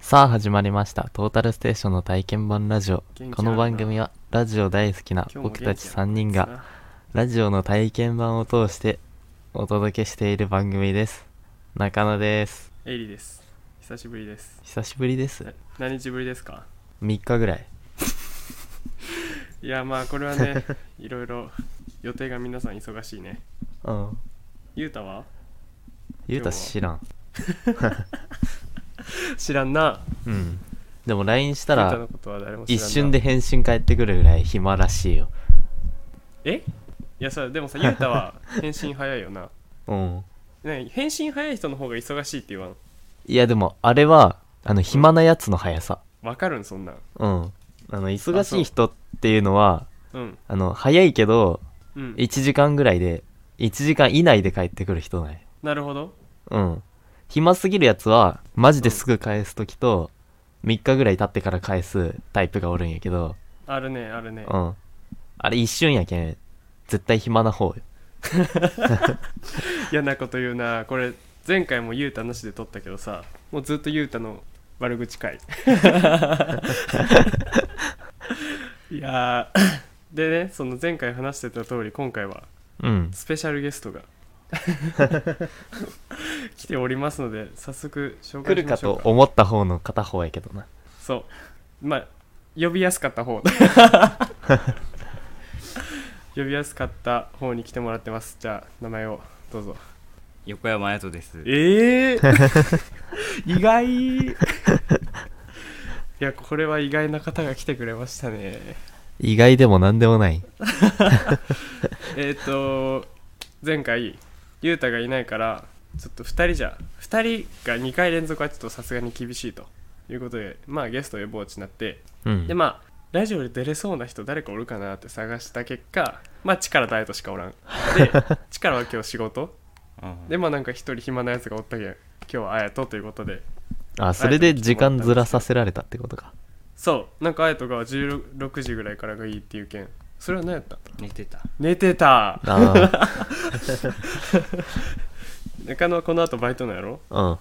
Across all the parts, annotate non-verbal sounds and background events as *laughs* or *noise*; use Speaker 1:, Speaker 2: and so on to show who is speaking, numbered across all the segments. Speaker 1: さあ始まりましたトータルステーションの体験版ラジオ
Speaker 2: 元気あるな
Speaker 1: この番組はラジオ大好きな
Speaker 2: 今日も元
Speaker 1: 僕
Speaker 2: 気や
Speaker 1: たち3人がラジオの体験版を通してお届けしている番組です中野です
Speaker 2: エイリです久しぶりです
Speaker 1: 久しぶりです
Speaker 2: な何日ぶりですか
Speaker 1: 3日ぐらい
Speaker 2: いやまあこれ
Speaker 1: *laughs*
Speaker 2: はねいろいろ予定が皆さん忙しいね
Speaker 1: うん
Speaker 2: ゆうたは
Speaker 1: ゆうた
Speaker 2: 今日は
Speaker 1: 知らん
Speaker 2: 知らんな
Speaker 1: うんでも LINE した
Speaker 2: ゆうた
Speaker 1: ら
Speaker 2: のことは誰も知らん
Speaker 1: 一
Speaker 2: な
Speaker 1: 瞬で返信返ってくるぐらい暇らしいよ
Speaker 2: えいやさでもさゆうたは返信早いよな
Speaker 1: うん
Speaker 2: ね返信早い人の方が忙しいって言わん
Speaker 1: いやでもあれはあの暇なやつの速さ
Speaker 2: わかるんそんなん
Speaker 1: うんあの忙しい人っていうのは
Speaker 2: うん
Speaker 1: あの早いけど
Speaker 2: うん
Speaker 1: 1時間ぐらいで1時間以内で帰ってくる人ね
Speaker 2: なるほど
Speaker 1: うん暇すぎるやつはマジですぐ返す時と3日ぐらい経ってから返すタイプがおるんやけど
Speaker 2: あるねあるね
Speaker 1: うんあれ一瞬やけん絶対暇な方よ
Speaker 2: 嫌なこと言うなこれ前回もゆうたなしで撮ったけどさもうずっとゆうたの悪
Speaker 1: *laughs*
Speaker 2: 口会いやーでねその前回話してた通り今回は
Speaker 1: うん
Speaker 2: スペシャルゲス
Speaker 1: *laughs*
Speaker 2: トが来ておりますので早速紹
Speaker 1: 来
Speaker 2: 介
Speaker 1: る
Speaker 2: し
Speaker 1: か
Speaker 2: ましょう
Speaker 1: と
Speaker 2: か
Speaker 1: 思った方の片方やけどな
Speaker 2: そうまあ呼びやすかった方呼びやすかった方に来てもらってますじゃあ名前をどうぞ
Speaker 3: 横山綾人です
Speaker 2: ええー、意外いやこれは意外な方が来てくれましたね
Speaker 1: 意外でも何でもない
Speaker 2: えっ、と前回ゆうたがいないからちょっと2人じゃ2人が2回連続はちょっとさすがに厳しいということでまあゲスト呼ぼうちになって
Speaker 1: うん
Speaker 2: でまあラジオで出れそうな人誰かおるかなって探した結果まあ力ダイエットしかおらん
Speaker 3: *laughs*
Speaker 2: で力は今日仕事で
Speaker 3: も
Speaker 2: まあなんか一人暇なやつがおったけん今日はあやとということで
Speaker 1: あそれで時間ずらさせられたってこと *laughs* か
Speaker 2: そうなんかあやとが16時ぐらいからがいいっていうけんそれは何やった
Speaker 3: 寝てた
Speaker 2: 寝てた
Speaker 1: あ
Speaker 2: 中野はこの後バイトなんやろ
Speaker 1: あうん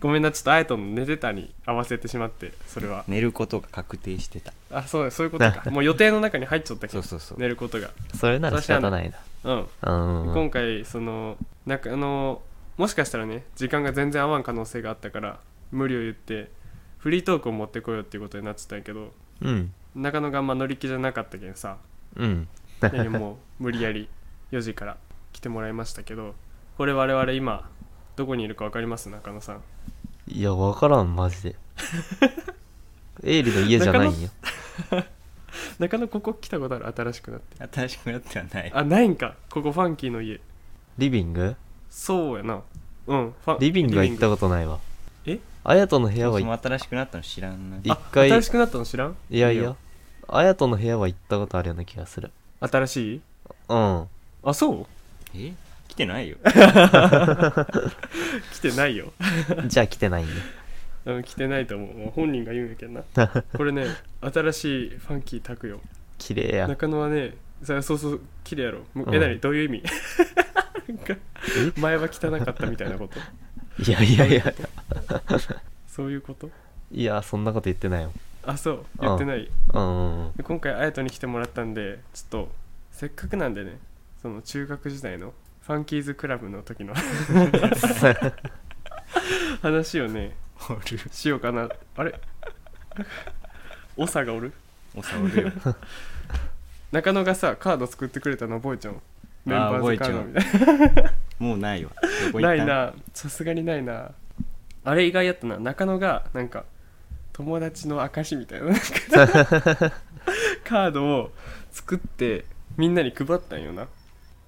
Speaker 2: ごめんなちょっとあやとの寝てたに合わせてしまってそれは
Speaker 3: 寝ることが確定してた
Speaker 2: あそうだそういうこと
Speaker 3: *laughs*
Speaker 2: かもう予定の中に入っちゃったけど
Speaker 3: そうそうそう
Speaker 2: 寝ることが
Speaker 1: それなら仕方ないな
Speaker 2: うん
Speaker 1: うんうん
Speaker 2: 今回その中野もしかしたらね時間が全然合わん可能性があったから無理を言ってフリートークを持ってこようっていうことになっちゃったんやけど
Speaker 1: うん
Speaker 2: 中野があんま乗り気じゃなかったけんさ
Speaker 1: うん
Speaker 2: ねもう無理やり4時 *laughs* から来てもらいましたけどこれ我々今どこにいるか分かります中野さん
Speaker 1: いや、わからん、マ *laughs* ジで。エイリの家じゃないんよ。
Speaker 2: 中野ここ来たことある新しくなって
Speaker 3: 新しくなってはない
Speaker 2: あないんかここファンキーの家
Speaker 1: リビング
Speaker 2: そうやなうんファン
Speaker 1: リビングは行ったことないわ。
Speaker 2: え
Speaker 1: あやとの部
Speaker 3: そ
Speaker 1: 屋
Speaker 3: も
Speaker 1: は
Speaker 3: そ
Speaker 1: い
Speaker 3: も、新しくなったの知らんない
Speaker 1: 一
Speaker 2: あ
Speaker 1: 回
Speaker 2: 新しくなったの知らん
Speaker 1: いやい
Speaker 2: いい
Speaker 1: や
Speaker 2: よ、
Speaker 1: あやとの部屋は行ったことあるような気がする。
Speaker 2: 新しい
Speaker 1: うん。
Speaker 2: あそう
Speaker 3: え来てないよ
Speaker 2: 来てないよ
Speaker 1: じゃあ来てないんよ。
Speaker 2: うん、来てないと思うもう本人が言うんや
Speaker 1: *laughs*
Speaker 2: けんなこれね新しいファンキー拓よ
Speaker 1: 綺麗や。
Speaker 2: 中野はねさそうそう綺麗やろむ
Speaker 1: うん
Speaker 2: えなにどういう意味 *laughs* なんか前は汚かったみたいなこと
Speaker 1: いやいやいや、
Speaker 2: そういうこと
Speaker 1: いや、そんなこと言ってないよ。
Speaker 2: あそう言ってない
Speaker 1: うんうん
Speaker 2: で今回あやとに来てもらったんでちょっとせっかくなんでねその中学時代のファンキーズクラブの
Speaker 1: *laughs*
Speaker 2: 時の話をね
Speaker 3: おる
Speaker 2: しようかなあれ *laughs* オサがおる
Speaker 3: おさおる *laughs* よ
Speaker 2: 中野がさカード作ってくれたの覚えちゃうんメン
Speaker 3: あ
Speaker 2: バ
Speaker 3: ー
Speaker 2: ーズカードみたいな
Speaker 3: もうないわどこ行
Speaker 2: な
Speaker 3: っ
Speaker 2: い
Speaker 3: た
Speaker 2: なさすがにないなあれ意外やったな中野がなんか友達の証みたい
Speaker 1: *laughs*
Speaker 2: ななんかカードを作ってみんなに配ったんよな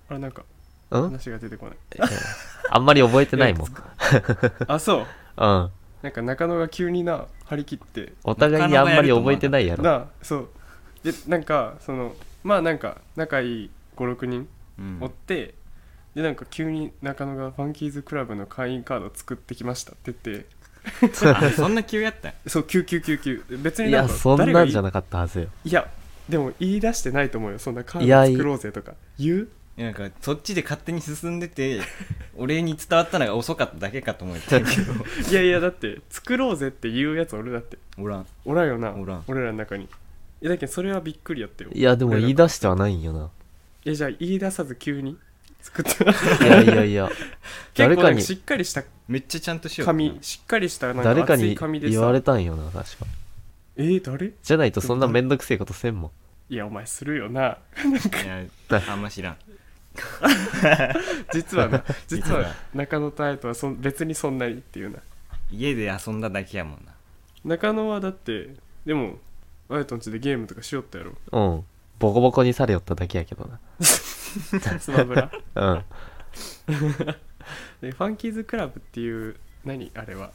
Speaker 2: あれなんか
Speaker 1: うん。うん
Speaker 2: 話が出てこない
Speaker 1: あんまり覚えてないもん。
Speaker 2: あそう
Speaker 1: うん。
Speaker 2: なんか中野が急にな張り切って
Speaker 1: お互いにあんまり覚えてないやろ。
Speaker 2: なあそうでなんかそのまあなんか仲いい56人
Speaker 3: うん
Speaker 2: おって、でなんか急に中野がファンキーズクラブの会員カード作ってきましたって言って
Speaker 3: あそんな急やったん
Speaker 2: そう9999別
Speaker 1: い
Speaker 2: にな
Speaker 1: や、
Speaker 2: んか
Speaker 1: そん
Speaker 2: 誰が
Speaker 1: なん
Speaker 2: いい
Speaker 1: じゃなかったはずよ。
Speaker 2: いやでも言い出してないと思うよそんなカー
Speaker 1: いや
Speaker 2: ド作ろうぜとか言う *laughs*
Speaker 3: いやなんかそっちで勝手に進んでて俺に伝わったのが遅かっただけかと思ってたけど
Speaker 2: いやいやだって作ろうぜって言うやつ俺だって
Speaker 3: おらん
Speaker 2: おらんよな
Speaker 3: おらん
Speaker 2: 俺らの中にいやだけどそれはびっくりやったよ
Speaker 1: いやでも
Speaker 2: 俺ら
Speaker 1: 言い
Speaker 2: が
Speaker 1: 出してはないんよ *laughs* な
Speaker 2: えじゃあ言い出さず急に作った
Speaker 1: いやいやいや
Speaker 2: 結
Speaker 1: *laughs* 誰
Speaker 2: 構
Speaker 1: か
Speaker 2: なんか
Speaker 1: に
Speaker 2: しっかりした
Speaker 3: めっちゃちゃんとしよう
Speaker 2: 紙しっかりしたなん
Speaker 1: 誰
Speaker 2: か
Speaker 1: か
Speaker 2: 厚い
Speaker 1: に
Speaker 2: 紙でさ
Speaker 1: 言われたんよな確か
Speaker 2: えー、誰
Speaker 1: じゃないとそんなめんどくせえことせんもん
Speaker 2: いやお前するよない
Speaker 3: やあんま知らん
Speaker 2: *laughs* 実はな実
Speaker 3: 実
Speaker 2: は
Speaker 3: は
Speaker 2: 中野とあやとはそん別にそんなにっていうな
Speaker 3: 家で遊んだだけやもんな
Speaker 2: 中野はだってでもあやとんちでゲームとかしよったやろ
Speaker 1: うんボコボコにされよっただけやけど
Speaker 2: スマブラ
Speaker 1: なうん
Speaker 2: でファンキーズクラブっていう何あれは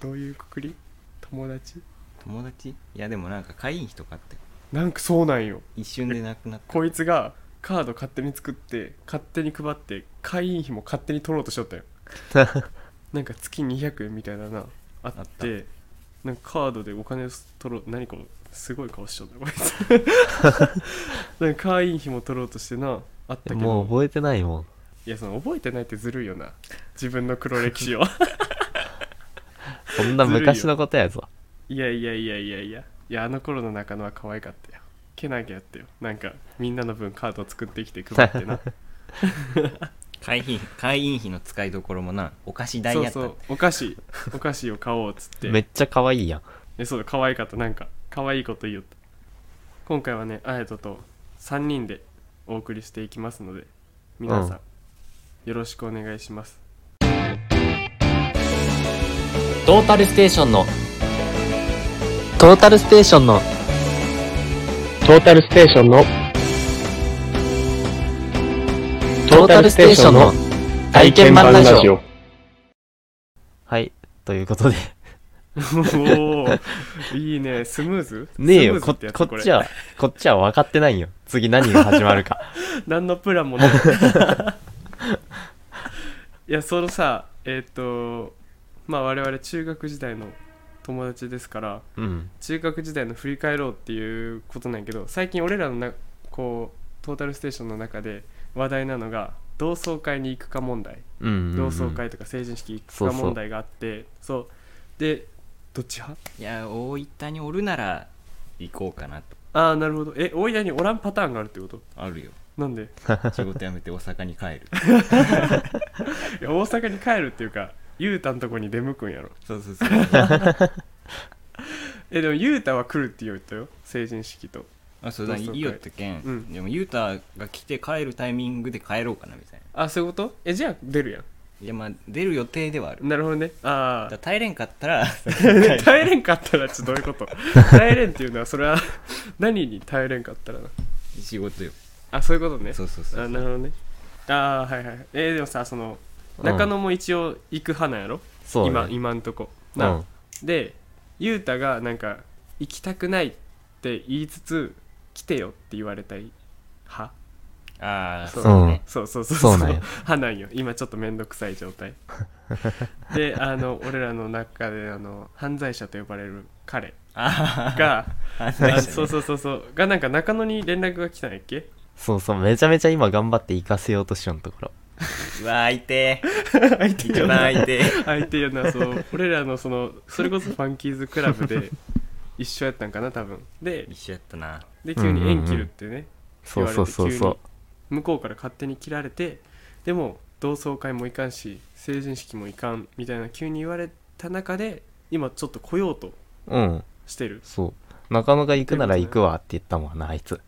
Speaker 2: どういうくくり友達
Speaker 3: 友達いやでもなんか会員費とかあって
Speaker 2: なんかそうなんよ
Speaker 3: 一瞬でなくなった
Speaker 2: こいつがカード勝手に作って勝手に配って会員費も勝手に取ろうとしよったよなんか月200円みたいななあって
Speaker 3: あった
Speaker 2: なんかカードでお金を取ろう何かをすごい顔しちゃったこいつなんか会員費も取ろうとしてなあったけ
Speaker 1: *laughs*
Speaker 2: ど
Speaker 1: もう覚えてないもん
Speaker 2: いやその覚えてないってずるいよな自分の黒歴史を
Speaker 1: そんな昔のことやぞ
Speaker 2: いやいやいやいやいやいやあの頃の中野は可愛かったよけなげやったよなんかみんなの分カードを作ってきて配ってな
Speaker 3: 会費会員費の使いどころもなお菓子代
Speaker 2: そう
Speaker 3: やった
Speaker 2: そうお菓子お菓子を買おうっつって
Speaker 1: めっちゃ可愛いやん
Speaker 2: えそうだ可愛かったなんか可愛いこと言いよった今回はねあやとと3人でお送りしていきますので皆さ
Speaker 1: う
Speaker 2: ん、
Speaker 1: ん
Speaker 2: よろしくお願いします *laughs*
Speaker 1: トータルステーションのトータルステーションの
Speaker 4: トータルステーションの
Speaker 1: トータルステーションの体験版ラジオ
Speaker 4: オ
Speaker 1: はいということで
Speaker 2: おおいいね *laughs* スムーズ
Speaker 1: ねえよ
Speaker 2: スムーズ
Speaker 1: こ
Speaker 2: てやつ
Speaker 1: こっち
Speaker 2: れ
Speaker 1: はこっちは分かってないよ次何が始まるか
Speaker 2: 何のプランもない *laughs* いやそのさえっ、とまあ我々中学時代の友達ですから
Speaker 1: うん
Speaker 2: 中学時代の振り返ろうっていうことなんやけど最近俺らのなこうトータルステーションの中で話題なのが同窓会に行くか問題、
Speaker 1: うんうんうん
Speaker 2: 同窓会とか成人式行くか問題があってそうでどっち派
Speaker 3: いや大分におるなら行こうかなと
Speaker 2: ああなるほどえ大分におらんパターンがあるってこと
Speaker 3: あるよ
Speaker 2: なんで
Speaker 3: 仕事辞めて大阪に *laughs* 帰る
Speaker 2: いや大阪に帰るっていうか雄太んとこに出向くんやろ
Speaker 3: そうそうそう
Speaker 2: えでも雄太は来るって言ったよ成人式と
Speaker 3: あそうだ
Speaker 2: 同窓
Speaker 3: い
Speaker 2: 会
Speaker 3: いよってけん、
Speaker 2: うん
Speaker 3: でもゆうたが来て帰るタイミングで帰ろうかなみたいな
Speaker 2: あそういうことえじゃあ出るや
Speaker 3: いやまあ出る予定ではある
Speaker 2: んなるほどねああ
Speaker 3: だから耐えれんかったら
Speaker 2: *laughs* 耐えれんかったらちょっとどういうこと
Speaker 1: *laughs*
Speaker 2: 耐えれんっていうのはそれは何に耐えれんかったらな
Speaker 3: *laughs* 仕事よ
Speaker 2: あそういうことね
Speaker 3: そうそうそう
Speaker 2: あなるほどねああはいはいえーでもさその
Speaker 1: うん
Speaker 2: 中野も一応行く派なんやろ、
Speaker 1: そうね
Speaker 2: 今今んとこ
Speaker 1: う
Speaker 2: な、
Speaker 1: ん
Speaker 2: で雄太がなんか行きたくないって言いつつ来てよって言われたい派
Speaker 3: ああ
Speaker 2: そ
Speaker 3: そううだね、
Speaker 2: そうそうそう
Speaker 1: そうなんや
Speaker 2: 派なんよ今ちょっとめんどくさい状態であの俺らの中であの犯罪者と呼ばれる彼
Speaker 3: あ
Speaker 1: *laughs*
Speaker 3: あ
Speaker 2: が
Speaker 3: あ
Speaker 2: あそうそうそうそうがなんか中野に連絡が来たんやっけ
Speaker 1: そうそうめちゃめちゃ今頑張って行かせようとしよんところ
Speaker 3: うわーいて
Speaker 2: 相手
Speaker 3: ー一番空いてー
Speaker 2: 相手やなそう俺らのそのそれこそファンキーズクラブで一緒やったんかな多分で
Speaker 3: 一緒やったな
Speaker 2: で急に縁切るってね
Speaker 1: そうそうそう
Speaker 2: 言わ
Speaker 1: そ
Speaker 2: れて向こうから勝手に切られてでも同窓会もいかんし成人式もいかんみたいな急に言われた中で今ちょっと来ようと
Speaker 1: ううん
Speaker 2: してる
Speaker 1: そうなかなか行くなら行くわって言ったもんなあいつ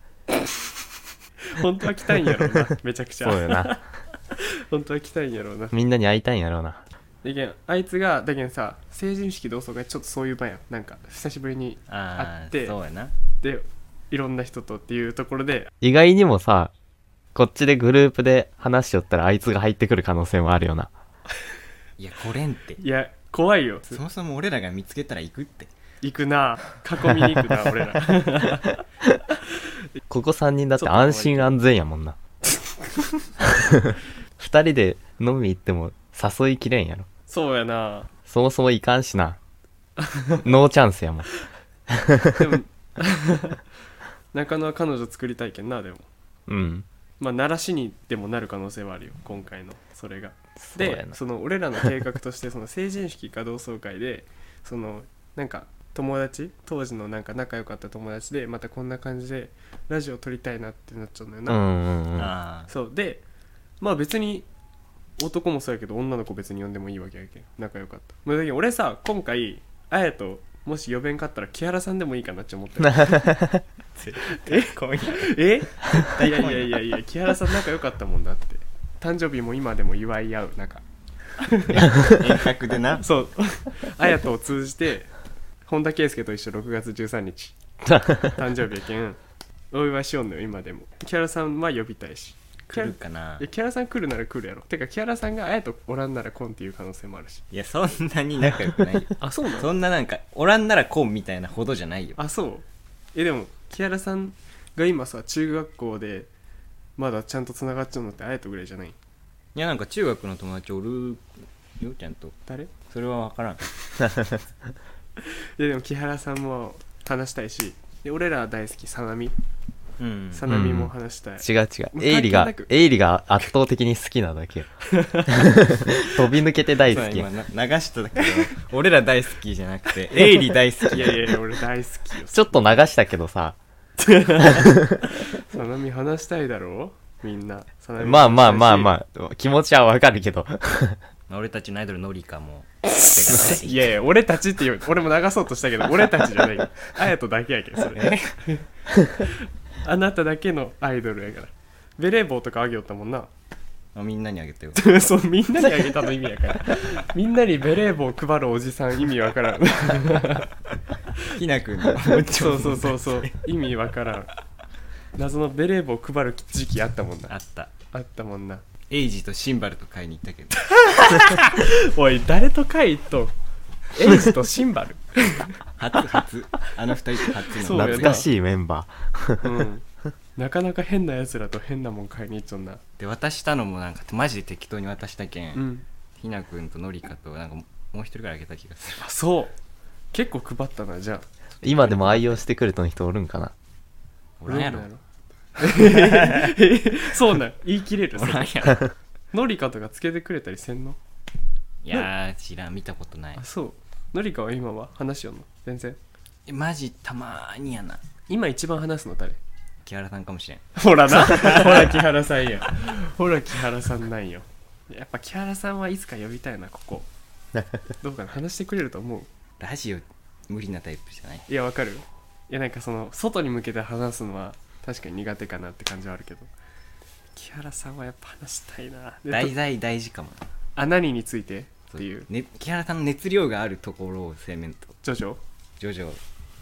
Speaker 2: 本当は来たいんやろう
Speaker 1: *laughs*
Speaker 2: なめちゃくち
Speaker 1: そうよ
Speaker 2: ゃ
Speaker 1: な
Speaker 2: 本当は来たいんやろうな
Speaker 1: みんなに会いたいんやろうな
Speaker 2: でけんあいつがだけんさ成人式同窓会ちょっとそういう場やんなんか久しぶりに
Speaker 3: あ
Speaker 2: あっ
Speaker 3: あ
Speaker 2: て
Speaker 3: そうやな
Speaker 2: でいろんな人とっていうところで
Speaker 1: 意外にもさこっちでグループで話しよったらあいつが入ってくる可能性もあるよない
Speaker 3: や来れんって
Speaker 2: いや怖いよ
Speaker 3: そもそも俺らが見つけたら行くって
Speaker 2: 行くな囲みに行
Speaker 1: *laughs*
Speaker 2: くな俺ら
Speaker 1: ここ3人だって安心安全やもんな2人で飲み行っても誘いきれんやろ
Speaker 2: そうやな
Speaker 1: そもそもいかんし
Speaker 2: *laughs*
Speaker 1: なノーチャンスやもん
Speaker 2: でも中野は彼女作りたいけんなでも
Speaker 1: うん
Speaker 2: まあ鳴らしにでもなる可能性はあるよ今回のそれが
Speaker 1: そうや
Speaker 2: で
Speaker 1: な
Speaker 2: その俺らの計画としてその成人式か同窓会でそのなんか友達当時のなんか仲良かった友達でまたこんな感じでラジオ撮りたいなってなっちゃうんだよ
Speaker 1: う
Speaker 2: な、
Speaker 1: んうんうん
Speaker 3: ああ
Speaker 2: そうでまあ別に男もそうやけど女の子別に呼んでもいいわけやけん仲良かった、まあ、だけど俺さ今回あやともし呼べんかったら木原さんでもいいかなって思ってる
Speaker 3: *laughs* えこい *laughs* い
Speaker 2: えいやいやいやいや木原さん仲良かったもんだって誕生日も今でも祝い合う仲
Speaker 3: 遠隔でな
Speaker 2: そう *laughs* あやとを通じて本田圭佑と一緒6月13日
Speaker 1: *laughs*
Speaker 2: 誕生日やけんお祝いしようのよ今でも木原さんは呼びたいし
Speaker 3: 来るかない
Speaker 2: や木原さん来るなら来るやろてか木原さんがあやとおらんなら来んっていう可能性もあるし
Speaker 3: いやそんなに仲良くないよ
Speaker 2: *laughs* あそうな
Speaker 3: そんななんかおらんならこうみたいなほどじゃないよ
Speaker 2: あそうえでも木原さんが今さ中学校でまだちゃんとつながっちゃうのってあやとぐらいじゃない
Speaker 3: いやなんか中学の友達おるよちゃんと
Speaker 2: 誰い
Speaker 3: それは分からん
Speaker 2: やでも木原さんも話したいしで俺ら大好きさなみ
Speaker 3: うん
Speaker 2: さなみも話したい、
Speaker 1: 違う違う
Speaker 2: もう
Speaker 1: エイリ
Speaker 2: 関係
Speaker 1: が
Speaker 2: なく
Speaker 1: エイリが圧倒的に好きなだ
Speaker 2: *laughs*
Speaker 1: けよ飛び抜けて大好
Speaker 3: そう
Speaker 1: き
Speaker 3: 今な流しただけど俺ら大好きじゃな
Speaker 2: *laughs*
Speaker 3: くてエイリ大好き
Speaker 2: いやいやいや俺大好きよ
Speaker 1: ちょっと流したけどさ
Speaker 2: さなみ話したいだろうみんなさなみ
Speaker 1: まあまあまあ
Speaker 2: あ
Speaker 1: まあ気持ちはわかるけど
Speaker 3: 俺たちのアイドルノリカも
Speaker 2: いやいや俺たちって言う俺も流そうとしたけ *laughs* ど俺たちじゃないよあやとだけやけんそれ *laughs* あなただけのアイドルやからベレー帽とかあげよったもんな *laughs*
Speaker 3: あみんなにあげてよ
Speaker 2: そうみんなにあげたの意味や *laughs* からみんなにベレー帽配るおじさん意味わ *laughs* からん
Speaker 3: ひなくん
Speaker 2: そうそうそうそう意味わからん謎のベレー帽配る時期あったもん
Speaker 3: あ
Speaker 2: な
Speaker 3: った
Speaker 2: あったもんな
Speaker 3: エイジとシンバルと買いに行ったけど
Speaker 2: おい誰とかいとエイジとシン *laughs* バル
Speaker 3: 初初あの二人と初の
Speaker 2: そうやな
Speaker 1: 懐かしいメンバ
Speaker 2: うんなかなか変なやつらと変なもん買いに行っちゃうな、
Speaker 3: で渡したのもなんかマジで適当に渡したけん、
Speaker 2: ん、
Speaker 3: ひなくんとのりかとなんかもう一人からいあげた気がする *laughs*
Speaker 2: あそう結構配ったなじゃ
Speaker 1: ー今でも愛用してくるとの人おるんかな
Speaker 2: あ
Speaker 3: おらんやろ
Speaker 2: 俺やろ *laughs* そうなん言い切れる
Speaker 3: お
Speaker 2: そ
Speaker 3: らん
Speaker 2: れ
Speaker 3: やろ
Speaker 2: のりかとかつけてくれたりせんの
Speaker 3: *laughs* いやー知らん見たことない
Speaker 2: あそうのりかは今は話しよんの全然
Speaker 3: え *laughs* マジたまーにやな
Speaker 2: 今一番話すの誰
Speaker 3: 木原さんかもしれん
Speaker 2: ほらなほら木原さんや *laughs* ほら木原さんなんよやっぱ木原さんはいつか呼びたいなこ *laughs* こどうかな話してくれると思う
Speaker 3: ラジオ無理なタイプじゃない
Speaker 2: いやわかるいやなんかその外に向けて話すのは確かに苦手かなって感じはあるけど木原さんはやっぱ話したいなで
Speaker 3: 題
Speaker 2: と
Speaker 3: 材大事かもな
Speaker 2: あ何について
Speaker 3: そ
Speaker 2: っていう
Speaker 3: ね、木原さんの熱量があるところを正面と
Speaker 2: ジョジョ
Speaker 3: ジョジョ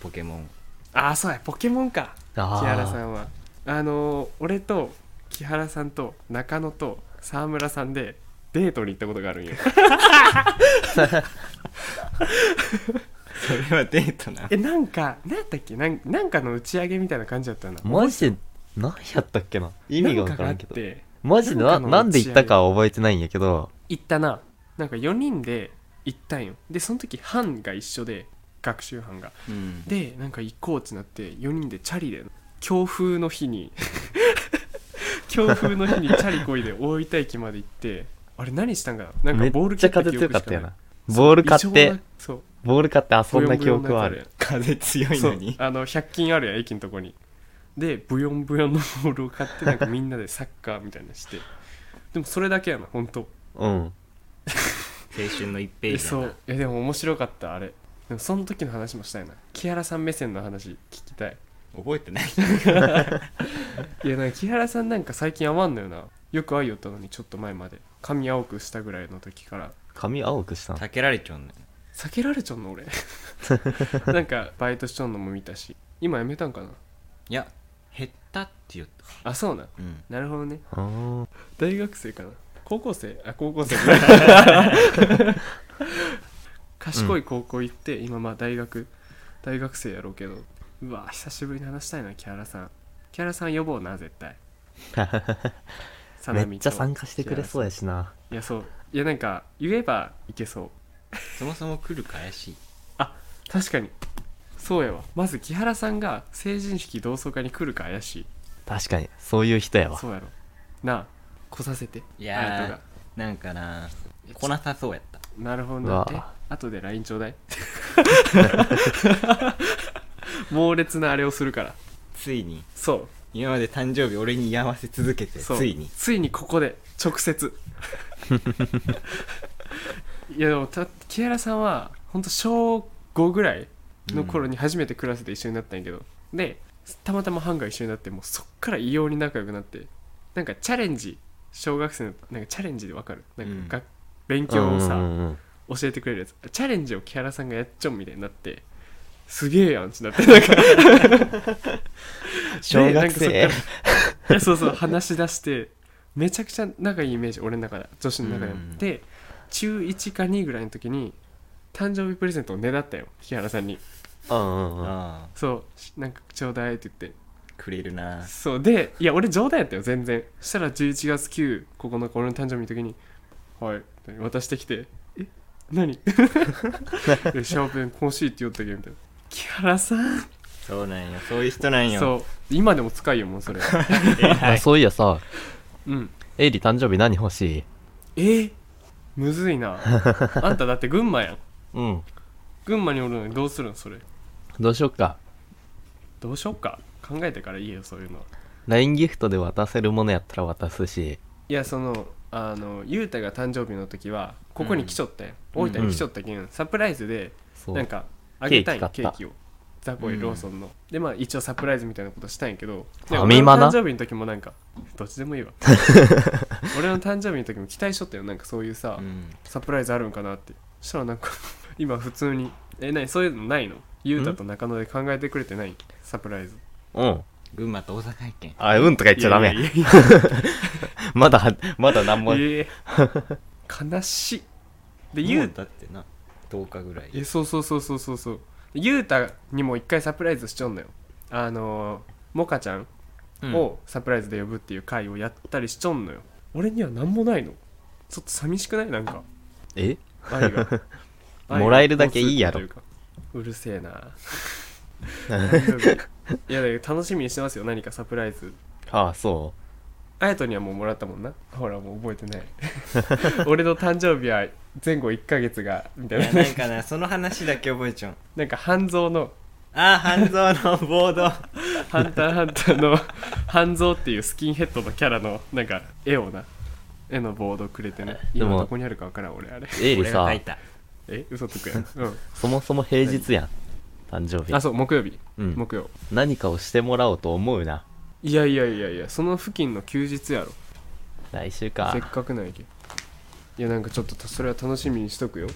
Speaker 3: ポケモン *laughs*
Speaker 2: ああそうやポケモンか木
Speaker 1: あー
Speaker 2: 原さんはあのー俺と木原さんと中野と沢村さんでデートに行ったことがあ
Speaker 1: *laughs*
Speaker 2: るんよ
Speaker 3: それはデートな
Speaker 2: えなんか何やったっけなんなんかの打ち上げみたいな感じだったな
Speaker 1: マジで何やったっけな意味がわからんけ
Speaker 2: な
Speaker 1: ど
Speaker 2: んがあって
Speaker 1: マジで
Speaker 2: な
Speaker 1: なん
Speaker 2: かの
Speaker 1: なんで言ったかは覚えてないんやけど
Speaker 2: 行ったななんか4人で行ったんよでその時班が一緒で学習班が
Speaker 3: うん
Speaker 2: でなんか行こうってなって4人でチャリで強風の日に *laughs* 強風の日にチャリこいで大分駅まで行ってあれ何したんかななん
Speaker 1: め
Speaker 2: かボール
Speaker 1: っちゃ風
Speaker 2: 記憶
Speaker 1: 強か
Speaker 2: し
Speaker 1: ったよ
Speaker 2: ない
Speaker 1: なボール買っ
Speaker 2: 異常
Speaker 1: て
Speaker 2: なそう
Speaker 1: ボール買って遊んだ記憶はある
Speaker 3: 風強い
Speaker 2: そ
Speaker 3: の
Speaker 2: う
Speaker 3: に
Speaker 2: あの100均あるやん駅のとこにでブヨンブヨンのボールを買ってなんかみんなでサッカーみたいなのしてでもそれだけやな本当
Speaker 1: うん
Speaker 3: 青春の一ペ
Speaker 2: え
Speaker 3: ージだ
Speaker 2: そ
Speaker 3: な
Speaker 2: ういやでも面白かったあれでもその時の話もしたいな木原さん目線の話聞きたい
Speaker 3: 覚えてない
Speaker 2: いやなんか木原さんなんか最近会わんのよなよく会いよったのにちょっと前まで髪青くしたぐらいの時から
Speaker 1: 髪青くしたの
Speaker 3: 避けられちゃうね
Speaker 2: 避けられちゃうの俺 *laughs* なんかバイトしちゃうのも見たし今やめたんかない
Speaker 3: や減ったって言った
Speaker 2: あそうな
Speaker 3: うん
Speaker 2: なるほどね
Speaker 1: あー
Speaker 2: 大学生かな高校生あ高校生 *laughs* か賢い高校行って、今まあ大学大学生やろうけどうわ久しぶりに話したいな木原さん木原さん呼ぼうな絶対さな
Speaker 1: めっ
Speaker 2: み
Speaker 1: ち
Speaker 2: と
Speaker 1: ゃ参加してくれそうやしない
Speaker 2: やそういやなんか言えばいけそう
Speaker 3: そもそも来るか怪しい
Speaker 2: あ確かにそうやわまず木原さんが成人式同窓会に来るか怪しい
Speaker 1: 確かにそういう人やわ
Speaker 2: そうやろなあ来させて
Speaker 3: い
Speaker 2: あなた
Speaker 3: や
Speaker 2: が
Speaker 3: ーなんかな来なさそうやった
Speaker 2: なるほ
Speaker 1: う
Speaker 2: ど
Speaker 1: わ
Speaker 2: ね後で LINE ちょうだい *laughs* 猛烈なあれをするから
Speaker 3: ついに
Speaker 2: そ
Speaker 3: 今まで誕生日俺に居合わせ続けて
Speaker 2: うそう
Speaker 3: ついに
Speaker 2: ついにここで直接
Speaker 1: *laughs*
Speaker 2: いやでもた木原さんは本当小5ぐらいの頃に初めてクラスで一緒になったんやけど、でたまたま班が一緒になってもうそっから異様に仲良くなってなんかチャレンジ小学生のなんかチャレンジでわかるなんかが、勉強をさ、
Speaker 1: うんうん
Speaker 2: 教えてくれるやつチャレンジを木原さんがやっちゃうみたいになってすげえやんってなっ
Speaker 1: *laughs*
Speaker 2: てなんか
Speaker 1: 小学生
Speaker 2: でなんかそっからいやそうそう話し出してめちゃくちゃ仲いいイメージ俺の中で女子の中でも、
Speaker 3: うん
Speaker 2: で中1か2ぐらいの時に誕生日プレゼントをねだったよ木原さんに
Speaker 1: うんうんうん
Speaker 3: ああ
Speaker 2: そうなんかちょうだいって言って
Speaker 3: くれるな
Speaker 2: そうでいや俺冗談やったよ全然そしたら11月9 9日俺の誕生日の時に「はい」渡してきて「え何? *laughs* で」シャーペン欲しいって言ったっけみたいな「木原さん
Speaker 3: そうなんよそういう人なん」よ
Speaker 2: そう今でも使いよもうそれ
Speaker 1: あそういやさ
Speaker 2: うん
Speaker 1: エイリ誕生日何欲しい
Speaker 2: えむずいなあんただって群馬やん
Speaker 1: うん
Speaker 2: 群馬におるのにどうするのそれ
Speaker 1: どうしよっか
Speaker 2: どうしよっか考えてからいいよそういうのは
Speaker 1: LINE ギフトで渡せるものやったら渡すし
Speaker 2: いやそのあの雄太が誕生日の時はここに来ちょったやん、
Speaker 3: うん
Speaker 2: 大分に来ちょったけん、サプライズで
Speaker 1: そう
Speaker 2: なんかあげたいん
Speaker 1: ケ
Speaker 2: ケ
Speaker 1: ーキ買った
Speaker 2: ーキをザコイローソンの、でまあ一応サプライズみたいなことしたんやけど
Speaker 1: ファミマ
Speaker 2: 俺
Speaker 1: な
Speaker 2: の誕生日の時もなんかどっちでもい
Speaker 1: *laughs*
Speaker 2: いわ俺の誕生日の時も期待しとったよなんかそういうさ、
Speaker 3: うん
Speaker 2: サプライズあるんかなってそしたらなんか *laughs* 今普通にえ何そういうのないの雄太と中野で考えてくれてないサプライズ
Speaker 1: うん
Speaker 3: 群馬と大阪やけん
Speaker 1: あうんとか言っちゃダメ
Speaker 2: いやいやい
Speaker 1: まだはまだ何も
Speaker 2: やいや悲しいで雄
Speaker 3: 言う
Speaker 2: 太
Speaker 3: だってな10日ぐらい
Speaker 2: えそうそうそうそうそうそうで雄太にも一回サプライズしちゃうんだよあのーモカちゃん
Speaker 3: うん
Speaker 2: をサプライズで呼ぶっていう回をやったりしちゃうんのよ、俺には何もないのちょっと寂しくないなん
Speaker 1: *laughs*
Speaker 2: か
Speaker 1: え
Speaker 2: 愛が愛が
Speaker 1: もらえるだけいいやろ
Speaker 2: 交通というかうるせ
Speaker 1: *laughs*
Speaker 2: えな大丈夫いやだけど楽しみにしてますよ何かサプライズ
Speaker 1: ああそ
Speaker 2: あやとにはもうもらったもんなほらもう覚えてない
Speaker 1: *laughs*
Speaker 2: 俺の誕生日は前後1ヶ月がみた
Speaker 3: いや
Speaker 2: い
Speaker 3: な
Speaker 2: なん
Speaker 3: かなその話だけ覚えちゃうん
Speaker 2: なんか半蔵の
Speaker 3: ああ半蔵のボード
Speaker 2: ハンターハンターの *laughs* 半蔵っていうスキンヘッドのキャラのなんか絵をな絵のボードくれてね
Speaker 1: でも
Speaker 2: 今どこにあるかわからん俺あれ
Speaker 1: うエイリ
Speaker 3: 俺が
Speaker 1: さ
Speaker 3: 書いた
Speaker 2: え嘘つくやん、う
Speaker 1: そもそも平日やん誕生日
Speaker 2: ん、あそう木曜日、
Speaker 1: うん
Speaker 2: 木曜
Speaker 1: 何かをしてもらおうと思うない
Speaker 2: やいやいやいやその付近の休日やろ
Speaker 1: 来週
Speaker 2: せっ
Speaker 1: か
Speaker 2: かくなんやけんいやなんかちょっとそれは楽しみにしとくよ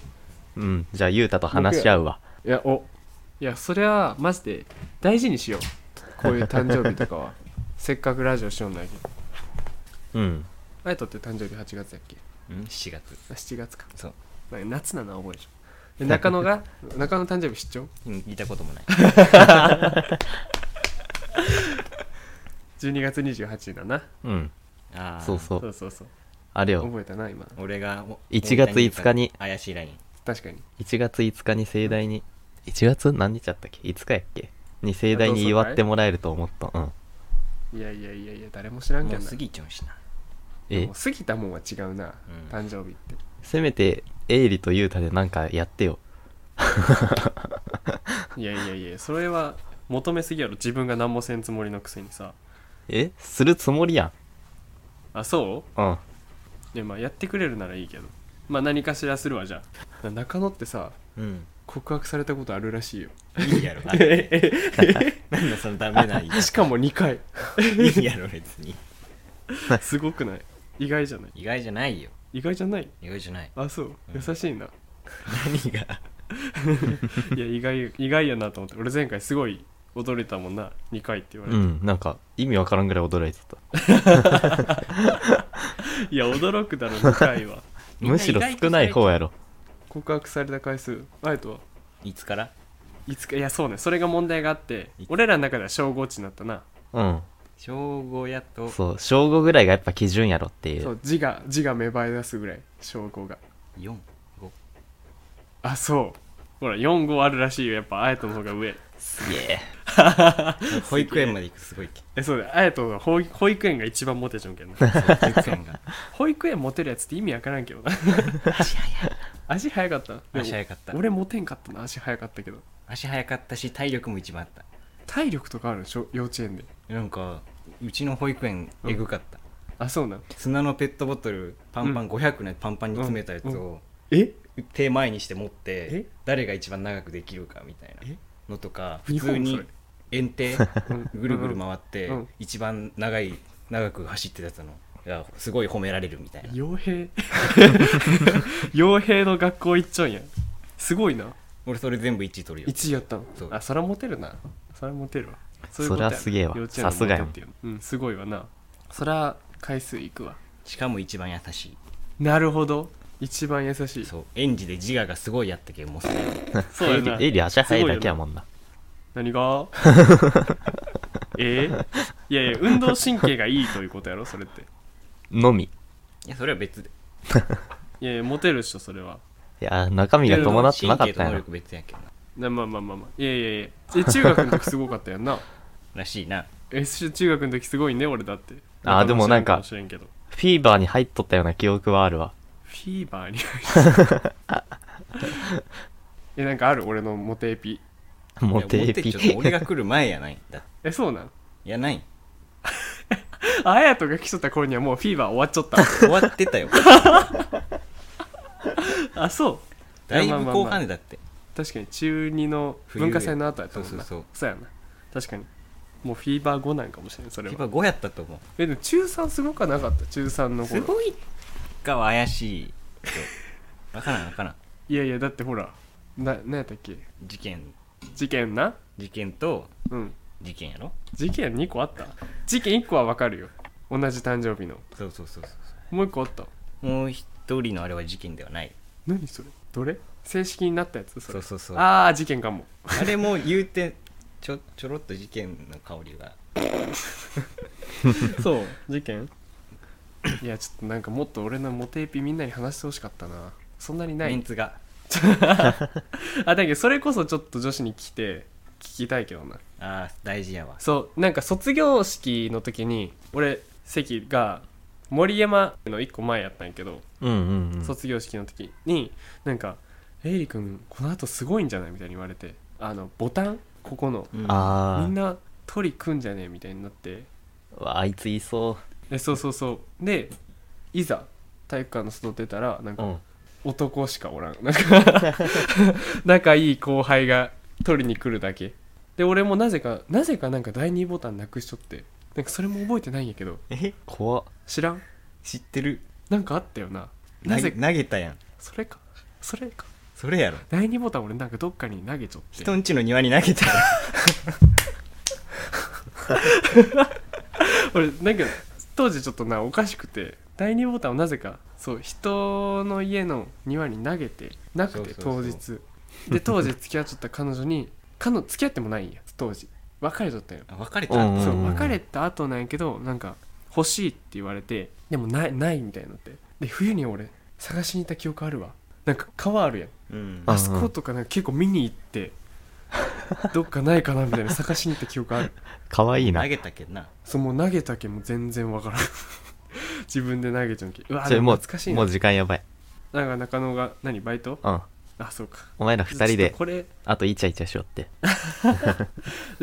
Speaker 1: うんじゃあゆうたと話し合うわ
Speaker 2: いやおいやそれはマジで大事にしようこういう誕生日とか
Speaker 1: *laughs*
Speaker 2: はせっかくラジオしようんないけん
Speaker 1: うん
Speaker 2: あやとって誕生日8月やっけ
Speaker 3: うん7月
Speaker 2: あ7月か
Speaker 3: そう
Speaker 2: なんか夏なのは覚えちゃうで中野が *laughs* 中野誕生日出張
Speaker 3: うん聞いたこともない
Speaker 2: 12月28日だな
Speaker 1: うん
Speaker 3: ああ
Speaker 1: そうそ
Speaker 2: そううそうそう
Speaker 1: あれよ
Speaker 2: 覚えたな今
Speaker 3: 俺がお
Speaker 1: 1月5日に
Speaker 3: 怪しいライン
Speaker 2: 確かに
Speaker 1: 1月5日に盛大に1月何日やったっけ5日やっけに盛大に祝ってもらえると思ったうん
Speaker 2: いやいやいやいや誰も知らんけ
Speaker 3: も
Speaker 2: ど
Speaker 3: う
Speaker 2: な
Speaker 3: 過ぎちゃうしな
Speaker 1: え
Speaker 2: もう過ぎたもんは違うな、
Speaker 3: うん
Speaker 2: 誕生日って
Speaker 1: せめてエイリとゆうたでなんかやってよ
Speaker 2: いやいやいやそれは求めすぎやろ自分が何もせんつもりのくせにさ
Speaker 1: えするつもりや
Speaker 2: あそうん
Speaker 1: うん
Speaker 2: いやまあやってくれるならいいけどまあ何かしらするわじゃあ中野ってさ
Speaker 3: うん
Speaker 2: 告白されたことあるらしい *laughs* よ
Speaker 3: いいやろだってなんだそのダメな言い
Speaker 2: しかも2回
Speaker 3: いいやろ別に
Speaker 2: すごくない意外じゃない
Speaker 3: 意外じゃないよ
Speaker 2: 意外じゃない
Speaker 3: 意外じゃない
Speaker 2: あそう
Speaker 3: うん
Speaker 2: 優しいな、
Speaker 3: 何が
Speaker 2: *laughs* いや意外意外やなと思って俺前回すごい驚いたもんな2回って言われ
Speaker 1: う
Speaker 2: て、
Speaker 1: んなんか意味わからんぐらい驚いてた
Speaker 2: いや驚くだろ2回は *laughs*
Speaker 3: みんな
Speaker 1: むしろ少ない方やろ
Speaker 2: 告白された回数あやとはい
Speaker 3: つから
Speaker 2: いつかいやそうねそれが問題があって
Speaker 3: いつ
Speaker 2: 俺らの中では小5値になったな
Speaker 1: うん
Speaker 3: 小5やと
Speaker 1: そう小5ぐらいがやっぱ基準やろってい
Speaker 2: そうう字が字が芽生え出すぐらい小5が
Speaker 3: 45
Speaker 2: あそうほら45あるらしいよやっぱあやとの方が上
Speaker 1: すげえ
Speaker 3: 保育園まで行くすごいけ
Speaker 2: えそうだよ綾人が保育保育園が一番モテちゃうけんな
Speaker 3: そう保育園が
Speaker 2: 保育園モテるやつって意味わからんけどな足早かった
Speaker 3: 足早かった
Speaker 2: 俺モテんかったな足早かったけど
Speaker 3: 足早かったし体力も一番あっ
Speaker 2: 体力とかあるでしょ幼稚園で
Speaker 3: たなんかうちの保育園えぐかった、
Speaker 2: あそうなん
Speaker 3: 砂のペットボトルパンパン500のやつパンパンに詰めたやつ
Speaker 2: う
Speaker 3: を
Speaker 2: え
Speaker 3: 手前にして持っ
Speaker 2: え
Speaker 3: て誰が一番長くできるかみたいな
Speaker 2: え
Speaker 3: のとか普
Speaker 2: 日本
Speaker 3: 通
Speaker 2: そ
Speaker 3: に
Speaker 2: れ
Speaker 3: 園庭
Speaker 2: うん
Speaker 3: ぐるぐる回っ
Speaker 2: う
Speaker 3: て
Speaker 2: んうん
Speaker 3: 一番長い長く走ってたやつのいやすごい褒められるみたいな
Speaker 2: 傭兵 *laughs* 傭兵の学校行っちゃうんやすごいな
Speaker 3: 俺それ全部1位取るよ
Speaker 2: 1位やったの
Speaker 3: そう
Speaker 2: あそらモテるなそらモテるわそ
Speaker 1: そりゃすげえわさすがやもん
Speaker 2: んうんすごいわなそら回数いくわ
Speaker 3: しかも一番優し
Speaker 2: なるほど一番優し
Speaker 3: い
Speaker 2: い
Speaker 3: そう園児で自我がすごいやったけどもうそれ
Speaker 2: そうやな
Speaker 1: エリ足早いだけやもんな *laughs*
Speaker 2: 何がえーいやいや運動神経がいいということやろそれって
Speaker 1: のみ
Speaker 3: いやそれは別で
Speaker 2: いやいやモテるっしょそれはい
Speaker 1: やー中身が伴ってなかったんや
Speaker 3: 能
Speaker 1: な
Speaker 3: 力別やけど
Speaker 2: な
Speaker 3: な
Speaker 2: まあまあまあまあいやいやいやえ中学の時すごかったやんな *laughs*
Speaker 3: らしいな
Speaker 2: えし中学の時すごいね俺だって
Speaker 1: あーでもなんか
Speaker 2: 知らんけど
Speaker 1: フィーバーに入っとったような記憶はあるわ
Speaker 2: フィーバーに
Speaker 1: *laughs*
Speaker 2: えなんかある俺のモテエピ
Speaker 1: モテエ
Speaker 3: いや
Speaker 1: ピ
Speaker 3: ちょっと俺が来る前やないんだ
Speaker 2: えそうなん
Speaker 3: いやない
Speaker 2: ああやとが来とった頃にはもうフィーバー終わっち
Speaker 1: *laughs*
Speaker 2: ゃっ
Speaker 3: 終わってたよ
Speaker 2: たあそう
Speaker 3: だい
Speaker 2: いや
Speaker 3: ぶ
Speaker 2: まあまあまあ
Speaker 3: 後半でだって
Speaker 2: 確かに中2の文化祭の後やったもんな
Speaker 3: 冬やそうそう
Speaker 2: やな確かにもうフィーバー5なんかもしれないそれ
Speaker 3: やっ
Speaker 2: は
Speaker 3: ぱ5やったと思う
Speaker 2: えでも中3すごくはなかった中3の頃
Speaker 3: ごいかは怪しい分からん分からん
Speaker 2: いやいやだってほらな何やったっけ
Speaker 3: 事件
Speaker 2: 事件な
Speaker 3: 事件と
Speaker 2: うん
Speaker 3: 事件やろ
Speaker 2: 事件2個あった事件1個はわかるよ同じ誕生日の
Speaker 3: そうそうそうそ
Speaker 2: もう1個あった
Speaker 3: うもう一人のあれは事件ではない
Speaker 2: 何それどれ正式になったやつそ
Speaker 3: そ
Speaker 2: れ
Speaker 3: うそうそうあ
Speaker 2: ああ事件かも
Speaker 3: れも言うてちょちょろっと事件の香りが
Speaker 2: そう事件いやちょっとなんかもっと俺のモテエピみんなに話してほしかったなそんなにな
Speaker 3: メ
Speaker 2: い
Speaker 3: ンツが
Speaker 2: *laughs* あだけどそれこそちょっと女子に来て聞きたいけどな
Speaker 3: ああ大事やわ
Speaker 2: そうなんか卒業式の時に俺席が森山の1個前やったんやけど、
Speaker 1: うんうんうん
Speaker 2: 卒業式の時になんか「エイリ君この後すごいんじゃない?」みたいに言われてあのボタンここの
Speaker 3: うん
Speaker 1: あ
Speaker 2: みんな取り組んじゃねえみたいになって
Speaker 1: ああいついそ
Speaker 2: えそうそうそうでいざ体育館の外出たらなん
Speaker 1: うう
Speaker 2: か
Speaker 1: ん
Speaker 2: 男しかおらんなんか仲いい後輩が取りに来るだけで俺もなぜかなぜかなんか第2ボタンなくしとってなんかそれも覚えてないんやけど
Speaker 3: え
Speaker 1: 怖っ
Speaker 2: 知らん
Speaker 3: 知ってる
Speaker 2: なんかあったよな
Speaker 3: な
Speaker 2: なぜ
Speaker 3: げ投げたやん
Speaker 2: それかそれか
Speaker 3: それやろ
Speaker 2: 第2ボタン俺なんかどっかに投げちょって
Speaker 3: 人んちの庭に投げたやん
Speaker 2: 俺なんか当時ちょっとなおかしくて第2ボタンをなぜかそう人の家の庭に投げてなくて
Speaker 3: そうそうそ
Speaker 2: 当
Speaker 3: う
Speaker 2: 日で当時付き合っちゃった彼女に彼女付き合ってもないんや当時別れちゃったよ
Speaker 3: あ別れた
Speaker 1: うん
Speaker 2: そう別れた後なんやけどなんか欲しいって言われてでもないないみたいになってで冬に俺探しに行った記憶あるわなんか川あるやん
Speaker 3: うん
Speaker 1: あ
Speaker 2: あそことかなんか結構見に
Speaker 1: *laughs*
Speaker 2: 行ってどっかないかなみたいな探しに行った記憶ある
Speaker 1: かわいいな
Speaker 3: 投げたけんな
Speaker 2: そうもう投げたけも全然わからん *laughs* 自分で投げちゃうけうわ
Speaker 1: ちょ
Speaker 2: で
Speaker 1: も
Speaker 2: も
Speaker 1: う
Speaker 2: 懐かしい
Speaker 1: も
Speaker 2: な
Speaker 1: う時間やばい
Speaker 2: なんか中野が何バイト
Speaker 1: うん
Speaker 2: あそうか
Speaker 1: お前ら二人
Speaker 2: ちょっ
Speaker 1: で
Speaker 2: とこれ
Speaker 1: あとイチャイチャしよって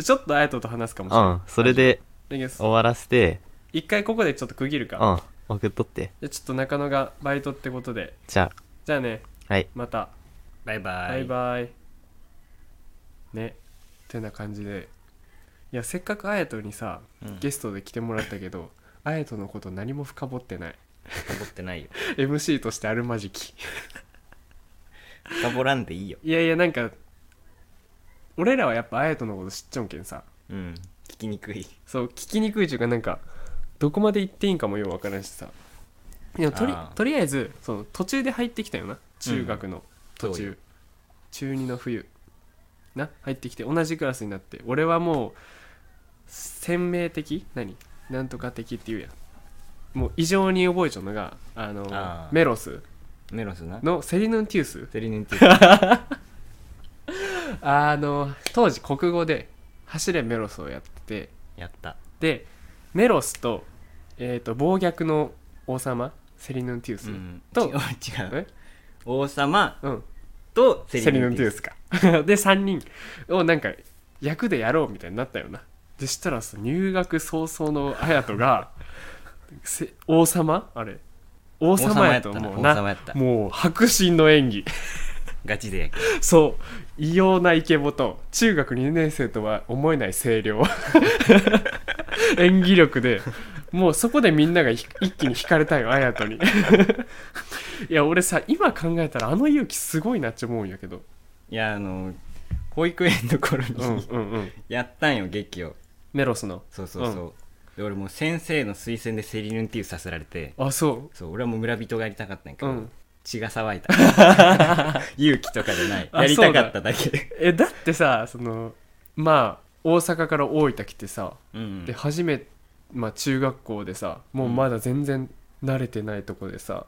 Speaker 2: ちょっとあやとと話すかもし
Speaker 1: う
Speaker 2: れない、
Speaker 1: んそれで
Speaker 2: だけど
Speaker 1: 終わらせて
Speaker 2: 一回ここでちょっと区切るか、
Speaker 1: うん送っとって
Speaker 2: でちょっと中野がバイトってことで
Speaker 1: じゃ
Speaker 2: じゃあね
Speaker 1: あはい
Speaker 2: また
Speaker 3: バイバイ
Speaker 2: バイバイねてな感じでいやせっかくあやとにさ
Speaker 3: うん *laughs*
Speaker 2: ゲストで来てもらったけど、あやとのこと何も深掘ってない
Speaker 3: 深掘ってないよ
Speaker 2: MC としてあるまじき
Speaker 3: 深掘らんでいいよ
Speaker 2: いやいやなんか俺らはやっぱあやとのこと知っちゃうんけんさ
Speaker 3: うん聞きにくい
Speaker 2: そう聞きにくいというかなんかどこまで行っていいんかもようわからんしさいやとり
Speaker 3: あー
Speaker 2: とりあえずその途中で入ってきたよな中学の途中、
Speaker 3: そうよ
Speaker 2: 中2の冬な入ってきて同じクラスになって俺はもう鮮明的何なんとか的っていうやんもう異常に覚えちゃうのがあの
Speaker 3: あー
Speaker 2: メロス
Speaker 3: メロスな
Speaker 2: のセリヌンティウ
Speaker 3: *laughs*
Speaker 2: ス
Speaker 3: セリヌンティウス
Speaker 2: あの当時国語で「走れメロスをやってて
Speaker 3: やった
Speaker 2: でメロスと,、えー、と暴虐の王様セリヌンティウスと、
Speaker 3: 違う違う
Speaker 2: え
Speaker 3: 王様
Speaker 2: うん、
Speaker 3: とセ
Speaker 2: セ
Speaker 3: リ
Speaker 2: リヌ
Speaker 3: ヌ
Speaker 2: ン
Speaker 3: ン
Speaker 2: ティウ
Speaker 3: ティウ
Speaker 2: ス
Speaker 3: ス
Speaker 2: か *laughs* で3人をなんか役でやろうみたいになったよなでしたらさ入学早々の隼人が *laughs* せ王様あれ王様やと思う
Speaker 3: 王様
Speaker 2: な
Speaker 3: やったな王様やった
Speaker 2: もう迫真の演技
Speaker 3: ガチでやけ
Speaker 2: そう異様なイケボと中学2年生とは思えない声量 *laughs* 演技力でもうそこでみんながひ一気に惹かれたよ隼人に *laughs* いや俺さ今考えたらあの勇気すごいなって思うんやけど
Speaker 3: いやあの保育園の頃に、
Speaker 2: うんうんうん
Speaker 3: やったんよ劇を
Speaker 2: メロスの
Speaker 3: そうそうそう、で俺もう先生の推薦でセリヌンティウスさせられて
Speaker 2: あそ
Speaker 3: そう俺はもう村人がやりたかったんやけ
Speaker 2: うう
Speaker 3: ど、
Speaker 2: ん
Speaker 3: 血が騒いだ
Speaker 2: *laughs*
Speaker 3: 勇気とかじゃない
Speaker 2: あ
Speaker 3: やりたかっただけで
Speaker 2: えだってさそのまあ大阪から大分来てさ、
Speaker 3: うん
Speaker 2: で初め、まあ、中学校でさもうまだ全然慣れてないとこでさ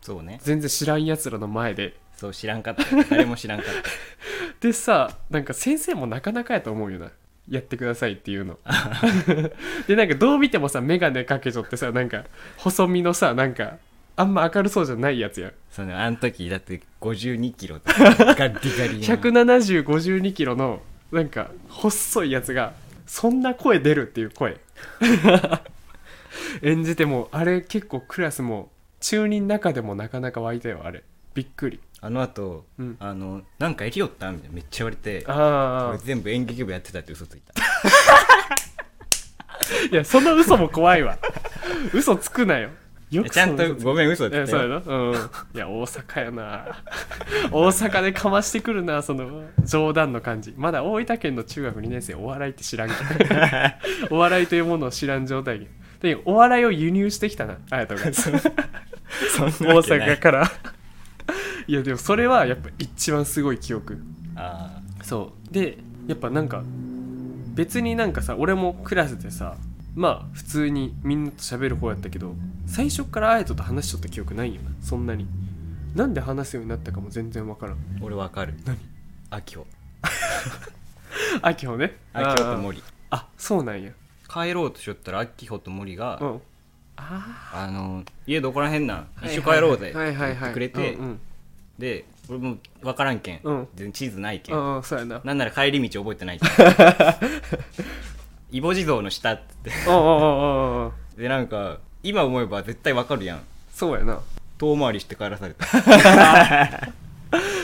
Speaker 3: そうね
Speaker 2: 全然知らんやつらの前で
Speaker 3: そう知らんかったよ誰も知らんかった
Speaker 2: でさなんか先生もなかなかやと思うよなやってくださいっていう
Speaker 3: *laughs*
Speaker 2: のでなんかどう見てもさ眼鏡かけちょってさなんか細身のさなんかあんま明るそうじゃないやつやん
Speaker 3: そのあの時だ
Speaker 2: *laughs*
Speaker 3: って52キロとかガリガリな
Speaker 2: 17052キロのなんか細いやつがそんな声出るっていう
Speaker 3: *laughs*
Speaker 2: 声演じてもうあれ結構クラスも中2の中でもなかなか湧いたよあれびっくり
Speaker 3: あの後、
Speaker 2: うん
Speaker 3: あのなんかやりよったみたいなめっちゃ言われて
Speaker 2: あ
Speaker 3: 俺全部演劇部やってたって嘘ついた
Speaker 2: あいやその嘘も怖い
Speaker 3: *laughs*
Speaker 2: わ嘘つくなよよ
Speaker 3: ちゃ
Speaker 2: そ
Speaker 3: んと
Speaker 2: の嘘つ
Speaker 3: ごめん嘘つ
Speaker 2: え
Speaker 3: い
Speaker 2: そうや
Speaker 3: たよ
Speaker 2: なうんいや大阪やな大阪でかましてくるなその冗談の感じまだ大分県の中学2年生お笑いって知らんけ
Speaker 3: *laughs*
Speaker 2: どお笑いというものを知らん状態にでお笑いを輸入してきたなあやとが
Speaker 3: そんな
Speaker 2: 大
Speaker 3: わけない
Speaker 2: 阪からいやでもそれはやっぱ一番すごい記憶
Speaker 3: あ
Speaker 2: そうでやっぱなんか別になんかさ俺もクラスでさまあ普通にみんなと喋る方やったけど最初からあやとと話しとった記憶ないよなそんなになんで話すようになったかも全然わから *laughs* ん
Speaker 3: ー俺わかる何あきほ
Speaker 2: あきほね
Speaker 3: あきほと
Speaker 2: あー
Speaker 3: 森
Speaker 2: あそうなんや
Speaker 3: 帰ろうとしよったらあきほと森が、
Speaker 2: うんあ
Speaker 3: あの家どこらへんなん
Speaker 2: あ
Speaker 3: 一緒帰ろうぜって
Speaker 2: はいはい
Speaker 3: 言っ
Speaker 2: はい
Speaker 3: てくれて、
Speaker 2: うん
Speaker 3: で俺もわからんけん、
Speaker 2: うん
Speaker 3: 全然地図ないけ、
Speaker 2: うんんうんそうや
Speaker 3: *laughs*
Speaker 2: な
Speaker 3: なんなら帰り道覚えて
Speaker 2: *laughs*
Speaker 3: ないけんイボ地蔵の下っつって
Speaker 2: うんうんうんうんうん
Speaker 3: でなんか今思えば絶対わかるやん
Speaker 2: そうや *laughs* な
Speaker 3: 遠回りして帰らされた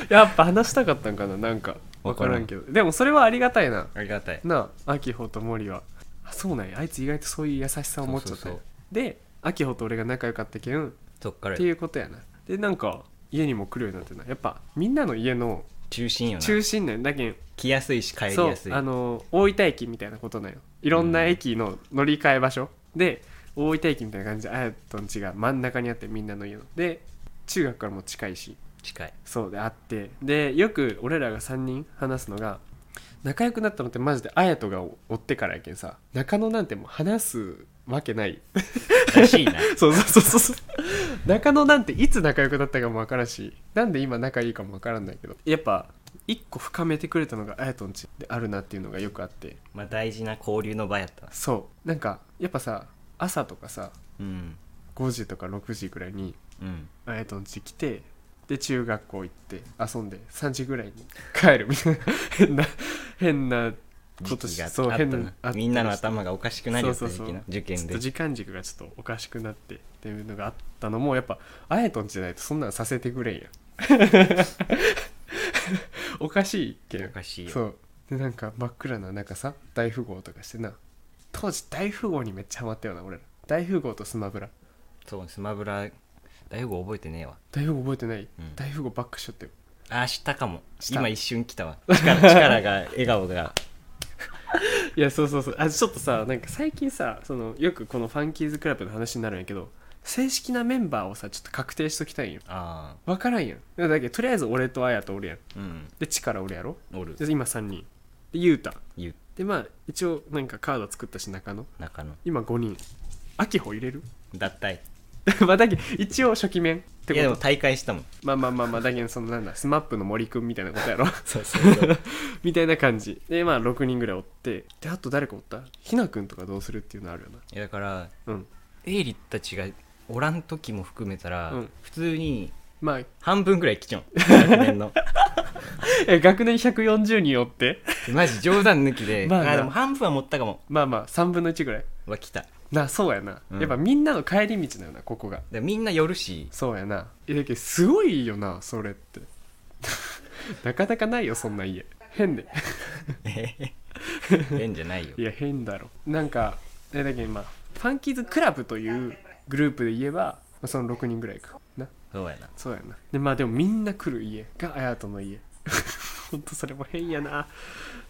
Speaker 2: やっぱ話したかったんかななんかわ
Speaker 3: わ
Speaker 2: か
Speaker 3: からん
Speaker 2: らんけどでもそれはありがたいな
Speaker 3: ありがたい
Speaker 2: なあアキホと森はあそうなんやあいつ意外とそういう優しさを持っちゃった
Speaker 3: そうそう
Speaker 2: よ
Speaker 3: そう
Speaker 2: でアキホと俺が仲良かったけんっ
Speaker 3: そっから
Speaker 2: ていうことやなでなんか家にも来るようになってなやっぱみんなの家の
Speaker 3: 中心よな
Speaker 2: 中心なんだけん
Speaker 3: 来やすいし帰り
Speaker 2: そう
Speaker 3: やすい
Speaker 2: あの大分駅みたいなことなんよいろんな駅の乗り換え場所、で大分駅みたいな感じであやとんちが真ん中にあってみんなの家ので中学からも近いし
Speaker 3: 近い
Speaker 2: そうであってでよく俺らが3人話すのが仲良くなったのってマジで綾人が追ってからやけんさ中野なんてもう話すわけない
Speaker 3: らしいな
Speaker 2: *laughs* そうそうそうそう *laughs* 中野なんていつ仲良くなったかもわからんしなんで今仲いいかもわからんないけどやっぱ一個深めてくれたのが綾人の家であるなっていうのがよくあって
Speaker 3: まあ大事な交流の場やった
Speaker 2: そうなんかやっぱさ朝とかさ
Speaker 3: うん
Speaker 2: 5時とか6時ぐらいに
Speaker 3: うん
Speaker 2: あやとんち来てで中学校行って遊んで3時ぐらいに帰るみたいな変な *laughs* 変な
Speaker 3: 時
Speaker 2: こと
Speaker 3: 期
Speaker 2: し
Speaker 3: があった
Speaker 2: そう変なあ
Speaker 3: な
Speaker 2: ったりして
Speaker 3: みんなの頭がおかしくなるよ
Speaker 2: そうそう
Speaker 3: 的
Speaker 2: そう
Speaker 3: な受
Speaker 2: ちょ
Speaker 3: 験
Speaker 2: っ
Speaker 3: で
Speaker 2: と時間軸がちょっとおかしくなってっていうのがあったのもやっぱあやとんちじゃないとそんなんさせてくれんや *laughs* んおかしいけん
Speaker 3: おかしい
Speaker 2: そ
Speaker 3: よ
Speaker 2: うでなんか真っ暗な中さ大富豪とかしてな当時大富豪にめっちゃハマったよな俺ら大富豪とスマブラ
Speaker 3: そうスマブラ大富豪覚えてねえわ
Speaker 2: 大富豪覚えてない、
Speaker 3: うん
Speaker 2: 大富豪バックしちゃったよ
Speaker 3: あー知ったかも
Speaker 2: した
Speaker 3: 今一瞬来たわ力力が笑顔が
Speaker 2: いやそうそうそうあちょっとさなんか最近さそのよくこのファンキーズクラブの話になるんやけど正式なメンバーをさちょっと確定しときたいんよ
Speaker 3: *laughs* あ
Speaker 2: 分からんやんだけどとりあえず俺とあやと俺やん
Speaker 3: あうん
Speaker 2: でチカラ俺やろ
Speaker 3: おる
Speaker 2: で今3人でゆうた
Speaker 3: 言う
Speaker 2: でまあ一応なんかカード作ったし中野
Speaker 3: 中野
Speaker 2: 今5人あきほ入れる *laughs*
Speaker 3: 脱退
Speaker 2: まあだけど一応初期面て
Speaker 3: いやで
Speaker 2: こ
Speaker 3: も
Speaker 2: と
Speaker 3: 大会したもん
Speaker 2: まあまあまあまあだけどそのなんだスマップの森くんみたいなことやろ *laughs*
Speaker 3: そうそう *laughs* そう
Speaker 2: みたいな感じでまあ6人ぐらいおってであと誰かおったひなくんとかどうするっていうのあるよ
Speaker 3: いやだから
Speaker 2: なうん
Speaker 3: エイリたちがおらん時も含めたら、
Speaker 2: うん
Speaker 3: 普通に
Speaker 2: まあ
Speaker 3: 半分ぐらい来ちゃ *laughs* うん学年の
Speaker 2: *laughs* え学年140人おって
Speaker 3: マジ冗談抜きで、
Speaker 2: まあな
Speaker 3: あでも半分は持ったかも
Speaker 2: まあまあ3分の1ぐらい
Speaker 3: は来ただか
Speaker 2: なそうやな、
Speaker 3: うん
Speaker 2: やっぱみんなの帰り道だよなここが
Speaker 3: らみんな寄るし
Speaker 2: そうやなえだけどすごいよなそれって *laughs* なかなかないよそんな家変で
Speaker 3: 変じゃ *laughs* ないよ
Speaker 2: いや変だろなんかえだけどまあファンキーズクラブというグループで言えばまあその6人ぐらいかな
Speaker 3: そうやな
Speaker 2: そうやなでまあでもみんな来る家が綾人の家 *laughs* ほんとそれも変やな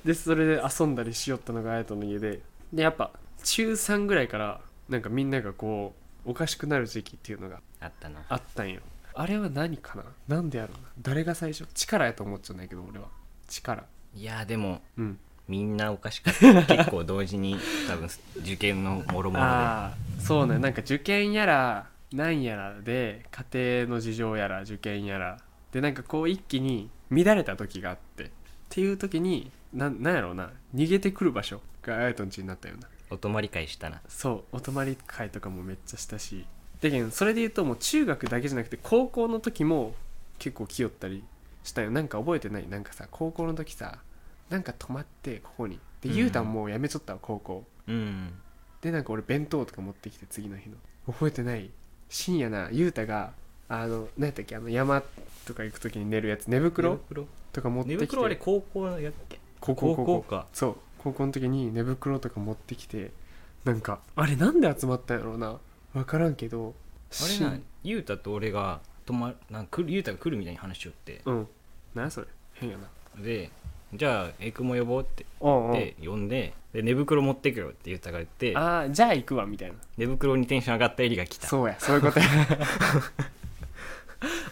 Speaker 2: でそれで遊んだりしよったのが綾人の家ででやっぱ中3ぐらいからなんかみんながこうおかしくなる時期っていうのが
Speaker 3: あったな
Speaker 2: あったんよあれは何かななんでやろうな誰が最初力やと思っちゃうんだけど俺は力
Speaker 3: いやでも
Speaker 2: うん
Speaker 3: みんなおかしかった結構同時に多分受験のもろもろで
Speaker 2: ああそうねなんか受験やらなんやらで家庭の事情やら受験やらでなんかこう一気に乱れた時があってっていう時になんなんやろうな逃げてくる場所がアヤトン家になったような
Speaker 3: お泊まり会したな
Speaker 2: そうお泊まり会とかもめっちゃしたしでけんそれで言うともう中学だけじゃなくて高校の時も結構来よったりしたよなんか覚えてないなんかさ高校の時さなんか泊まってここにで
Speaker 3: うん
Speaker 2: ゆうたんもうやめちゃったわ高校
Speaker 3: うん
Speaker 2: でなんか俺弁当とか持ってきて次の日の覚えてない深夜なゆうたがあの何やったっけあの山とか行く時に寝るやつ寝袋
Speaker 3: 袋
Speaker 2: とか持って
Speaker 3: 寝
Speaker 2: きて
Speaker 3: 袋あれ高校のやっけ
Speaker 2: 高校高
Speaker 3: 高
Speaker 2: 校
Speaker 3: 校か
Speaker 2: そう高校の時に寝袋とか持ってきてなんかあれなんで集まったんやろうな分からんけど
Speaker 3: あれ
Speaker 2: し
Speaker 3: なゆうたと俺が泊まなんか来るゆうたが来るみたいに話しよって
Speaker 2: うん何それ変やな
Speaker 3: でじゃあエクも呼ぼうって
Speaker 2: おうおう
Speaker 3: で呼んでで寝袋持ってくよってゆうたが言って
Speaker 2: ああじゃあ行くわみたいな
Speaker 3: 寝袋にテンション上がったエリが来た
Speaker 2: そうやそういうこと
Speaker 3: *laughs*
Speaker 2: や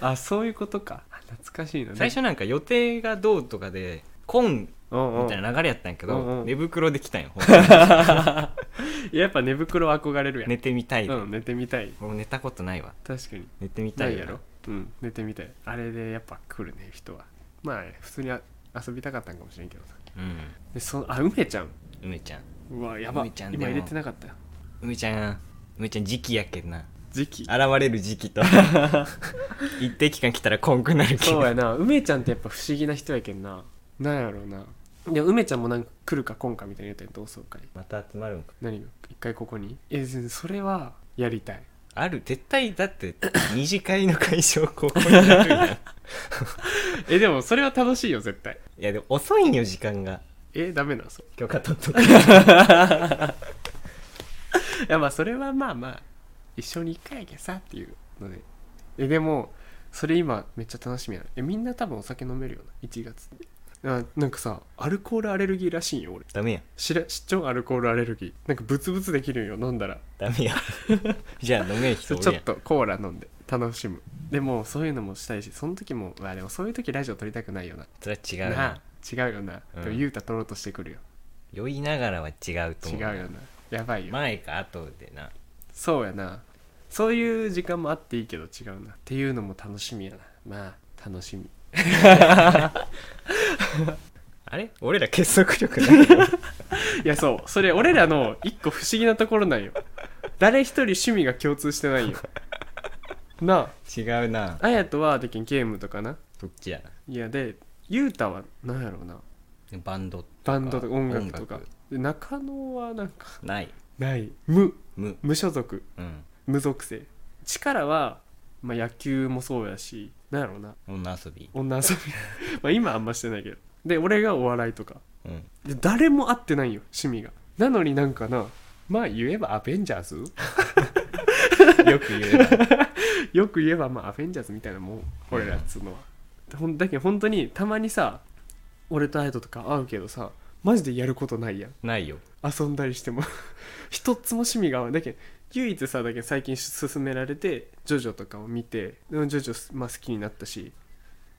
Speaker 2: あそういうことかあ懐かしいな
Speaker 3: 最初なんか予定がどうとかで今
Speaker 2: うんうん
Speaker 3: みたいな流れやったんやけど、
Speaker 2: うんうん
Speaker 3: 寝袋で来たんよほん
Speaker 2: *laughs*
Speaker 3: まに
Speaker 2: やっぱ寝袋憧れるやん
Speaker 3: 寝てみたいで、
Speaker 2: うん寝てみたい
Speaker 3: もう寝たことないわ
Speaker 2: 確かに
Speaker 3: 寝てみた
Speaker 2: ないいやろうん寝てみたいあれでやっぱ来るね人はまあ普通にあ遊びたかったんかもしれんけどさ
Speaker 3: うん
Speaker 2: でそあ梅ちゃん
Speaker 3: 梅ちゃん
Speaker 2: うわやば
Speaker 3: 梅ちゃんでも
Speaker 2: 今入れてなかったよ
Speaker 3: 梅ちゃん梅ちゃん時期やけんな
Speaker 2: 時期
Speaker 3: 現れる時期と一定期間来たらこんくなるけど
Speaker 2: そうやな梅ちゃんってやっぱ不思議な人やけんななんやろうなで梅ちゃんもなんか来るか来んかみたいな言うたやん同窓会
Speaker 3: また集まるんか
Speaker 2: 何が一回ここにえ別にそれはやりたい
Speaker 3: ある絶対だって二次会の会場ここにあるやんい
Speaker 2: えでもそれは楽しいよ絶対
Speaker 3: やでも遅いんよ時間が
Speaker 2: えダメなのそれ
Speaker 3: 許可取っとく
Speaker 2: いやまあそれはまあまあ一緒に一回やけさっていうのでえでもそれ今めっちゃ楽しみやなえみんな多分お酒飲めるよな1月ってななんかさアルコールアレルギーらしいんよ俺
Speaker 3: ダメやん
Speaker 2: 知ら知っちょんアルコールアレルギーなんかブツブツできるんよ飲んだら
Speaker 3: ダメやんじゃあ飲めん人
Speaker 2: そう
Speaker 3: お
Speaker 2: ちょ
Speaker 3: るや
Speaker 2: っ
Speaker 3: ん
Speaker 2: とコーラ飲んで楽しむでもそういうのもしたいしその時もあでもそういう時ラジオ撮りたくないよな
Speaker 3: それは違う
Speaker 2: な
Speaker 3: な
Speaker 2: あ違うよな、
Speaker 3: うん
Speaker 2: でも雄太撮ろうとしてくるよ
Speaker 3: 酔いながらは違うと
Speaker 2: 違
Speaker 3: 思
Speaker 2: う
Speaker 3: う
Speaker 2: よなやばいよ
Speaker 3: 前か後でな
Speaker 2: そうやなそういう時間もあっていいけど違うなっていうのも楽しみやなまあ楽しみ
Speaker 3: あれ俺ら結束力ない
Speaker 2: いやそうそれ俺らの一個不思議なところなんよ誰一人趣味が共通してないよな
Speaker 3: 違うな
Speaker 2: ああやとはできんゲームとかな
Speaker 3: そっちやない
Speaker 2: やでゆうたはなんやろうな
Speaker 3: バンドとか
Speaker 2: バンドとか音楽とかで中野はなんか
Speaker 3: ない
Speaker 2: ない無
Speaker 3: 無
Speaker 2: 無所属
Speaker 3: うん
Speaker 2: 無属性力は、まあ、野球もそうやしなんやろうな
Speaker 3: 女遊び
Speaker 2: 女遊び *laughs* まあ今あんましてないけどで俺がお笑いとか
Speaker 3: うん
Speaker 2: で誰も会ってないよ趣味がなのになんかなまあ言えばアベンジャーズ
Speaker 3: *laughs* よく言うな
Speaker 2: *laughs* よく言えばまあアベンジャーズみたいなもん俺らっつうのは、ほんだけど本当にたまにさ俺とアイトとか会うけどさマジでやることないやん
Speaker 3: ないよ
Speaker 2: 遊んだりしても *laughs* 一つも趣味が合わないだけど唯一さだけど最近勧められてジョジョとかを見てでもジョジョ、まあ、好きになったし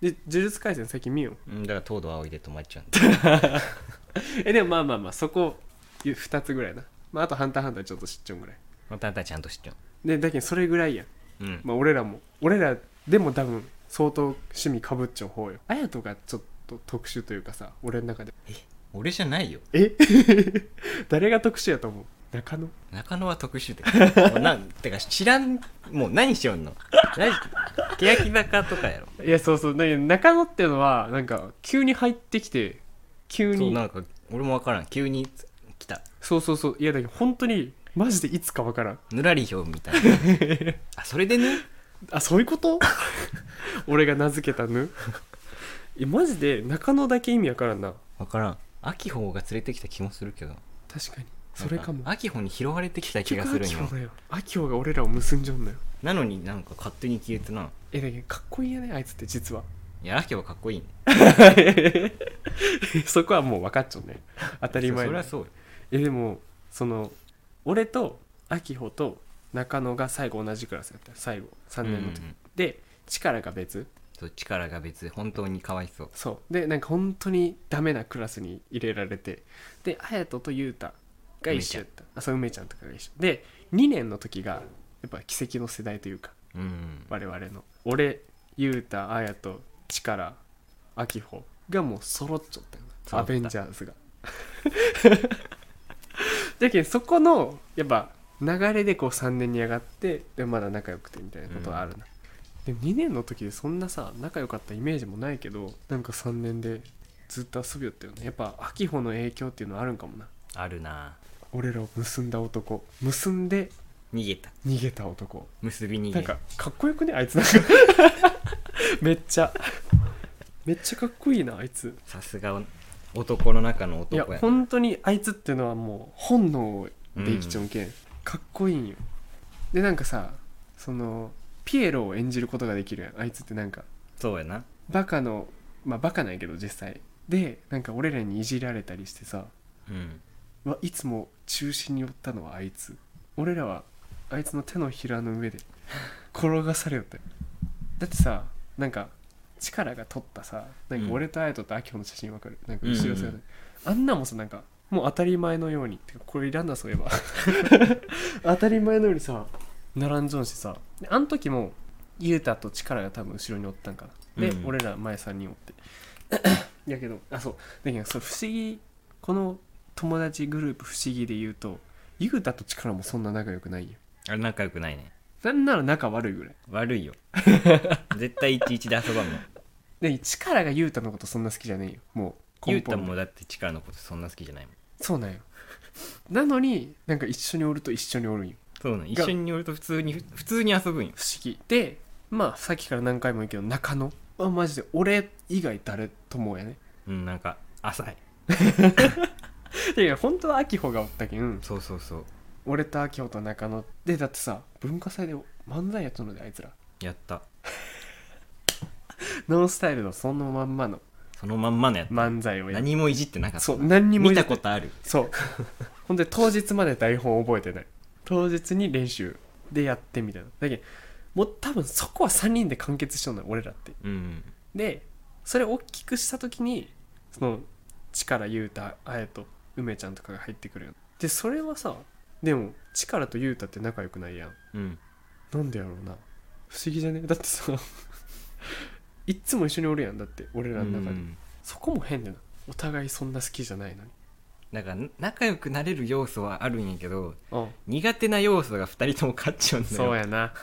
Speaker 2: で呪術廻戦最近見よう
Speaker 3: うんだから東堂葵で止まっちゃうんだ
Speaker 2: *laughs* えでもまあまあまあそこ2つぐらいな、まあ、あと「ハンターハンター」ちょっと知っちゃうぐらい
Speaker 3: またあんたちゃんとしちゃ
Speaker 2: でだけどそれぐらいやん、
Speaker 3: ううん
Speaker 2: まあ、俺らも俺らでも多分相当趣味かぶっちゃう方よあやとがちょっと特殊というかさ俺の中で
Speaker 3: 俺じゃないよ
Speaker 2: え *laughs* 誰が特殊やと思う中野
Speaker 3: 中野は特殊で *laughs* もうなんてか知らんもう何しよんの何欅坂とかやろ
Speaker 2: いやそうそうだけど中野ってのはなんか急に入ってきて急
Speaker 3: そう
Speaker 2: に
Speaker 3: なんか俺もわからん急に来た
Speaker 2: そうそうそういやだけど本当にマジでいつかわからん
Speaker 3: ぬらりひょうみたいな *laughs* あそれでね
Speaker 2: あそういうこと *laughs* 俺が名付けた *laughs* ぬえマジで中野だけ意味わからんな
Speaker 3: わからん秋穂が連れてきた気もするけど
Speaker 2: 確かにそれかも
Speaker 3: 秋穂に拾われてきた気
Speaker 2: 結
Speaker 3: が
Speaker 2: 局
Speaker 3: するん
Speaker 2: 秋
Speaker 3: よ
Speaker 2: 穂だよ秋穂が俺らを結んじゃうんだよ
Speaker 3: なのになんか勝手に消えてな
Speaker 2: えだけどかっこいいよねあいつって実は *laughs*
Speaker 3: いや秋穂かっこいいね
Speaker 2: そこはもう分かっちゃうね当たり前
Speaker 3: そ
Speaker 2: だ
Speaker 3: れはそうよ
Speaker 2: えでもその俺と秋穂と中野が最後同じクラスやった最後3年の時、
Speaker 3: うんうん
Speaker 2: で力が別
Speaker 3: そう力が別で本当にかわいそう
Speaker 2: そうでなんか本当にダメなクラスに入れられてで隼人と雄太が一緒やったあそう梅ちゃんとかが一緒で2年の時がやっぱ奇跡の世代というか
Speaker 3: うん
Speaker 2: 我々の俺雄太隼人力秋穂がもう揃っちゃったよ
Speaker 3: 揃
Speaker 2: なア
Speaker 3: った
Speaker 2: ベンジャーズが *laughs* だけどそこのやっぱ流れでこう3年に上がってでまだ仲良くてみたいなことはあるな、でも2年の時でそんなさ仲良かったイメージもないけどなんか3年でずっと遊びよったよねやっぱ秋穂の影響っていうのはあるんかもな
Speaker 3: あるな
Speaker 2: 俺らを結んだ男結んで
Speaker 3: 逃げた
Speaker 2: 逃げた男
Speaker 3: 結び逃
Speaker 2: なん
Speaker 3: げ
Speaker 2: か
Speaker 3: た
Speaker 2: かっこよくねあい *laughs* つなんかめっちゃめっちゃかっこいいなあいつ
Speaker 3: さすが男の中の
Speaker 2: い
Speaker 3: 男
Speaker 2: や
Speaker 3: や
Speaker 2: 本当にあいつっていうのはもう本能で生きちゃうけん、かっこいいんよでなんかさそのピエロを演じることができるやんあいつってなんか
Speaker 3: そうやな
Speaker 2: バカのまあバカなんやけど実際でなんか俺らにいじられたりしてさ
Speaker 3: うん
Speaker 2: うわいつも中心におったのはあいつ俺らはあいつの手のひらの上で転がされよったよだってさなんか力が取ったさなん
Speaker 3: う
Speaker 2: か
Speaker 3: ん
Speaker 2: 俺とあやととあきほの写真わかるなんか
Speaker 3: うんうん
Speaker 2: 後ろ姿、あんなもんさなんかもう当たり前のようにてかこれいらんなそういえば *laughs* 当たり前のようにさ並んじょんしさであん時もゆうたと力が多分後ろにおったんかなで、
Speaker 3: うんうん
Speaker 2: 俺ら前3人おって *coughs* やけどあそうだけどそれ不思議この友達グループ不思議で言うとゆうたと力もそんな仲良くないよ
Speaker 3: あれ仲良くないね
Speaker 2: なんなら仲悪いぐらい
Speaker 3: 悪
Speaker 2: *laughs*
Speaker 3: いよ絶対11で遊ばんもん
Speaker 2: で力がゆうたのことそんな好きじゃねえよもう
Speaker 3: ゆ
Speaker 2: 根
Speaker 3: うた
Speaker 2: 本で
Speaker 3: もだって力のことそんな好きじゃないもん
Speaker 2: そうなんよなのになんか一緒におると一緒におるんよ
Speaker 3: そうなの一緒におると普通に普通に遊ぶんよ
Speaker 2: 不思議でまあさっきから何回も言うけど中野はマジで俺以外誰ともやね
Speaker 3: うんなんか浅い
Speaker 2: いやいや本当は秋穂がおったけん
Speaker 3: そうそうそう
Speaker 2: 俺と秋穂と中野でだってさ文化祭で漫才やったのであいつら
Speaker 3: やった
Speaker 2: ノンスタイルのそのまんまの
Speaker 3: そのまんまのやつ
Speaker 2: 漫才をやっ
Speaker 3: 何もいじってなかった
Speaker 2: そう何にも
Speaker 3: 見
Speaker 2: 言
Speaker 3: た
Speaker 2: う
Speaker 3: ことある
Speaker 2: そうほんで当日まで台本覚えてない当日に練習でやってみたいなだけどもう多分そこは3人で完結しとんのよ俺らって
Speaker 3: うん
Speaker 2: でそれを大きくした時にその力優太綾と梅ちゃんとかが入ってくるよでそれはさでも力と優太って仲良くないやん
Speaker 3: うん
Speaker 2: なんでやろうな不思議じゃねだってさ *laughs* いっつも一緒におるやんだって俺
Speaker 3: う
Speaker 2: らの中で、
Speaker 3: ん
Speaker 2: そこも変でなお互いそんな好きじゃないのに
Speaker 3: だから仲良くなれる要素はあるんやけど
Speaker 2: うん
Speaker 3: 苦手な要素が2人とも勝っちゃうんだよ
Speaker 2: そうやな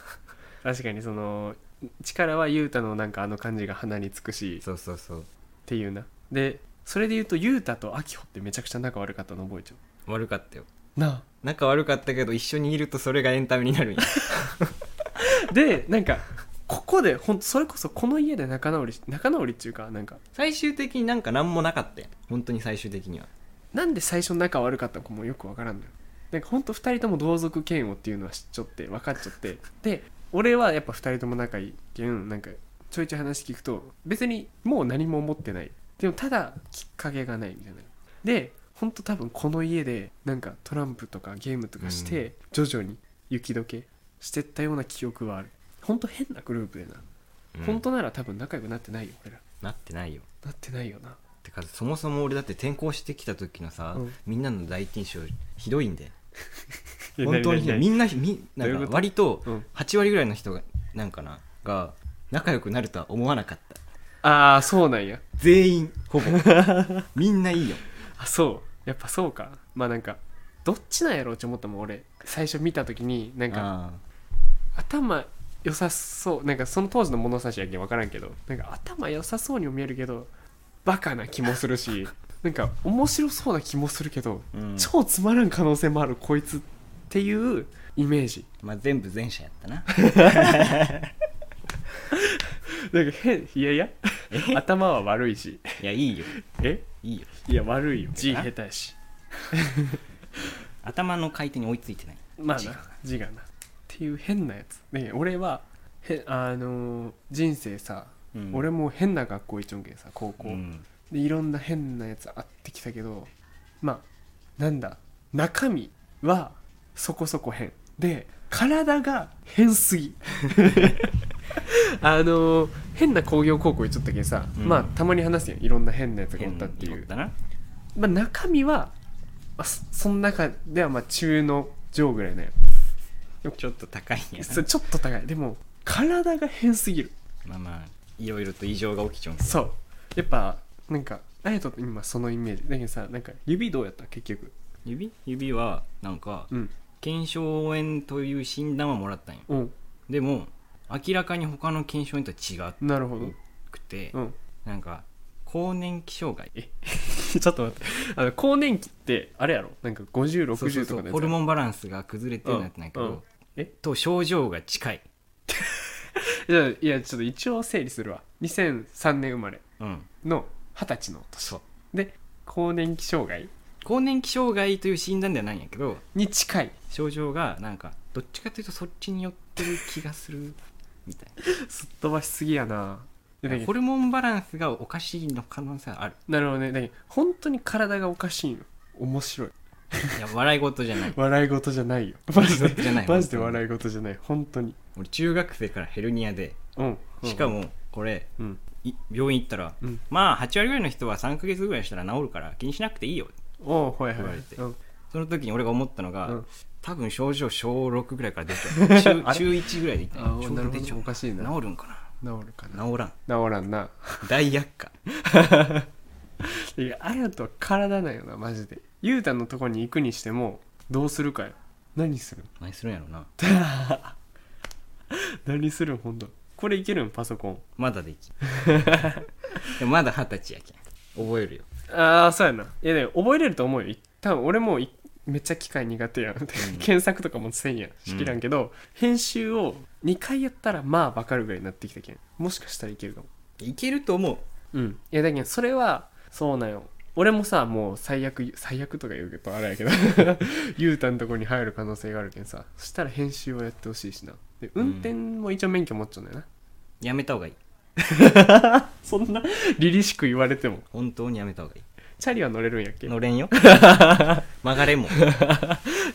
Speaker 2: 確かにその力は雄太のなんかあの感じが鼻につくしっ
Speaker 3: そうそうそう
Speaker 2: ていうなでそれで言うと雄太と秋穂ってめちゃくちゃ仲悪かったの覚えちゃ
Speaker 3: 悪かったよ
Speaker 2: うな
Speaker 3: 仲悪かったけど一緒にいるとそれがエンタメに
Speaker 2: *laughs*
Speaker 3: なるんや
Speaker 2: あでなんかここでほんとそれこそこの家で仲直りし仲直りっていうかなんか
Speaker 3: 最終的になんか何もなかったやん本当に最終的には
Speaker 2: なんで最初仲悪かったのかもよくわからんのよなんかほんと2人とも同族嫌悪っていうのは知っちゃって分かっちゃってで俺はやっぱ2人とも仲いいけんなんかちょいちょい話聞くと別にもう何も思ってないでもただきっかけがないみたいなでほんと多分この家でなんかトランプとかゲームとかして徐々に雪解けしてったような記憶はあるほんと変なグループでな、
Speaker 3: うん
Speaker 2: ほんとなら多分仲良くなってないよ俺ら
Speaker 3: なってないよ
Speaker 2: なってないよな
Speaker 3: てかそもそも俺だって転校してきた時のさ、
Speaker 2: うん
Speaker 3: みんなの第一印象ひどいんで本当にひどいみんなみ
Speaker 2: どういう
Speaker 3: なん
Speaker 2: こ
Speaker 3: か
Speaker 2: と
Speaker 3: 割と
Speaker 2: うん
Speaker 3: 8割ぐらいの人がなんかなが仲良くなるとは思わなかった
Speaker 2: ああそうなんや
Speaker 3: 全員ほぼ
Speaker 2: *laughs*
Speaker 3: みんないいよ
Speaker 2: あそうやっぱそうかまあなんかどっちなんやろうって思ったもん俺最初見た時になんか
Speaker 3: あ
Speaker 2: 頭良さそうなんかその当時の物差しやけん分からんけどなんか頭良さそうにも見えるけどバカな気もする *laughs* しなんか面白そうな気もするけど、
Speaker 3: うん
Speaker 2: 超つまらん可能性もあるこいつっていうイメージ
Speaker 3: ーまあ全部前者やっ
Speaker 2: *laughs*
Speaker 3: たな
Speaker 2: なんか変いやいや頭は悪いし
Speaker 3: いやいいよ
Speaker 2: え
Speaker 3: いいよ
Speaker 2: いや悪いよ字下手やし
Speaker 3: 頭の回転に追いついてない
Speaker 2: まあ
Speaker 3: 字が
Speaker 2: な字がなっていう変なやつね俺はへあのー人生さ、
Speaker 3: うん
Speaker 2: 俺も変な学校行っちょんけんさ高校、
Speaker 3: うん
Speaker 2: でいろんな変なやつあってきたけどまあなんだ中身はそこそこ変で体が変す
Speaker 3: *laughs*
Speaker 2: ぎあのー変な工業高校行っちゃったけんさ、
Speaker 3: うん
Speaker 2: まあたまに話すやんいろんな変なやつがおったってい
Speaker 3: 思
Speaker 2: う
Speaker 3: たな
Speaker 2: まあ、中身は、まあ、そその中ではまあ中の上ぐらいだよ
Speaker 3: ちょっと高いんや
Speaker 2: *laughs*
Speaker 3: な
Speaker 2: そうちょっと高いでも体が変すぎる
Speaker 3: まあまあいろいろと異常が起きちゃうんです
Speaker 2: そうやっぱなんかあやとって今そのイメージだけどさなんか指どうやった結局
Speaker 3: 指指はなんか
Speaker 2: うん
Speaker 3: 腱鞘炎という診断はもらったんよ
Speaker 2: うん
Speaker 3: でも明らかに他の腱鞘炎とは違
Speaker 2: なるほど
Speaker 3: くて、
Speaker 2: うん *laughs*
Speaker 3: なんか更年期障害
Speaker 2: ちょっと待ってあの更年期ってあれやろなんか
Speaker 3: そうそう
Speaker 2: 5060
Speaker 3: そ
Speaker 2: と
Speaker 3: う
Speaker 2: かのやつ
Speaker 3: ホル
Speaker 2: ン
Speaker 3: モンバランスが崩れてるなんてないけど、
Speaker 2: うんえ
Speaker 3: と症状が近い、
Speaker 2: じゃあいやちょっと一応整理するわ2003年生まれ
Speaker 3: うん、
Speaker 2: の二十歳の年
Speaker 3: そう
Speaker 2: で更年期障害
Speaker 3: 更年期障害という診断ではないんやけど
Speaker 2: に近い
Speaker 3: 症状がなんかどっちかというとそっちに寄ってる気がするみたい *laughs*
Speaker 2: すっ飛ばしすぎやなでだけ
Speaker 3: な
Speaker 2: ど
Speaker 3: ホルモンバランスがおかしいの可能性はある
Speaker 2: なるほどねだけど本当に体がおかしいの面白い
Speaker 3: *laughs* いや笑い事じゃない
Speaker 2: 笑い事じゃないよマジ
Speaker 3: 笑い事じゃな
Speaker 2: で *laughs*
Speaker 3: い
Speaker 2: マジで笑い事じゃない本当に
Speaker 3: 俺中学生からヘルニアで
Speaker 2: うん
Speaker 3: しかもこれ
Speaker 2: うん
Speaker 3: い病院行ったら、
Speaker 2: うん
Speaker 3: まあ8割ぐらいの人は3ヶ月ぐらいしたら治るから気にしなくていいよ
Speaker 2: おおはいはい
Speaker 3: 言
Speaker 2: は
Speaker 3: わ
Speaker 2: い
Speaker 3: れて
Speaker 2: うん
Speaker 3: その時に俺が思ったのが、
Speaker 2: うん
Speaker 3: 多分症状小6ぐらいから出 *laughs* てた中中1ぐらいで行った
Speaker 2: あ
Speaker 3: よ
Speaker 2: ー
Speaker 3: 小
Speaker 2: なる
Speaker 3: 6
Speaker 2: ほ
Speaker 3: で
Speaker 2: どおかしいな
Speaker 3: 治るんか
Speaker 2: 治るかな
Speaker 3: な治らん
Speaker 2: 治らんな
Speaker 3: 大厄介
Speaker 2: いやあやとは体だよなマジでゆうたのとこに行くにしてもどうするかよ何するん
Speaker 3: 何するんやろな
Speaker 2: 何するんほんとこれいけるんパソコン
Speaker 3: まだできんでもまだ二十歳やけん覚えるよ
Speaker 2: ああそうやないやでも覚えれると思うよ多分俺もいめっちゃ機械苦手やん *laughs* 検索とかもせんやんしきらんけど、編集を2回やったらまあ分かるぐらいになってきたけんもしかしたらいけるかも
Speaker 3: いけると思う
Speaker 2: うんいやだけどそれはそうなんよ俺もさもう最悪最悪とか言うけどあ *laughs* れやけどゆうたんとこに入る可能性があるけんさそしたら編集をやってほしいしなで運転も一応免許持っちゃうんだよな、
Speaker 3: やめた方がいい
Speaker 2: そんな凛々しく言われても
Speaker 3: 本当にやめた方がいい
Speaker 2: チャリは乗れるんやっけ
Speaker 3: 乗れん *laughs* よ曲がれんもんい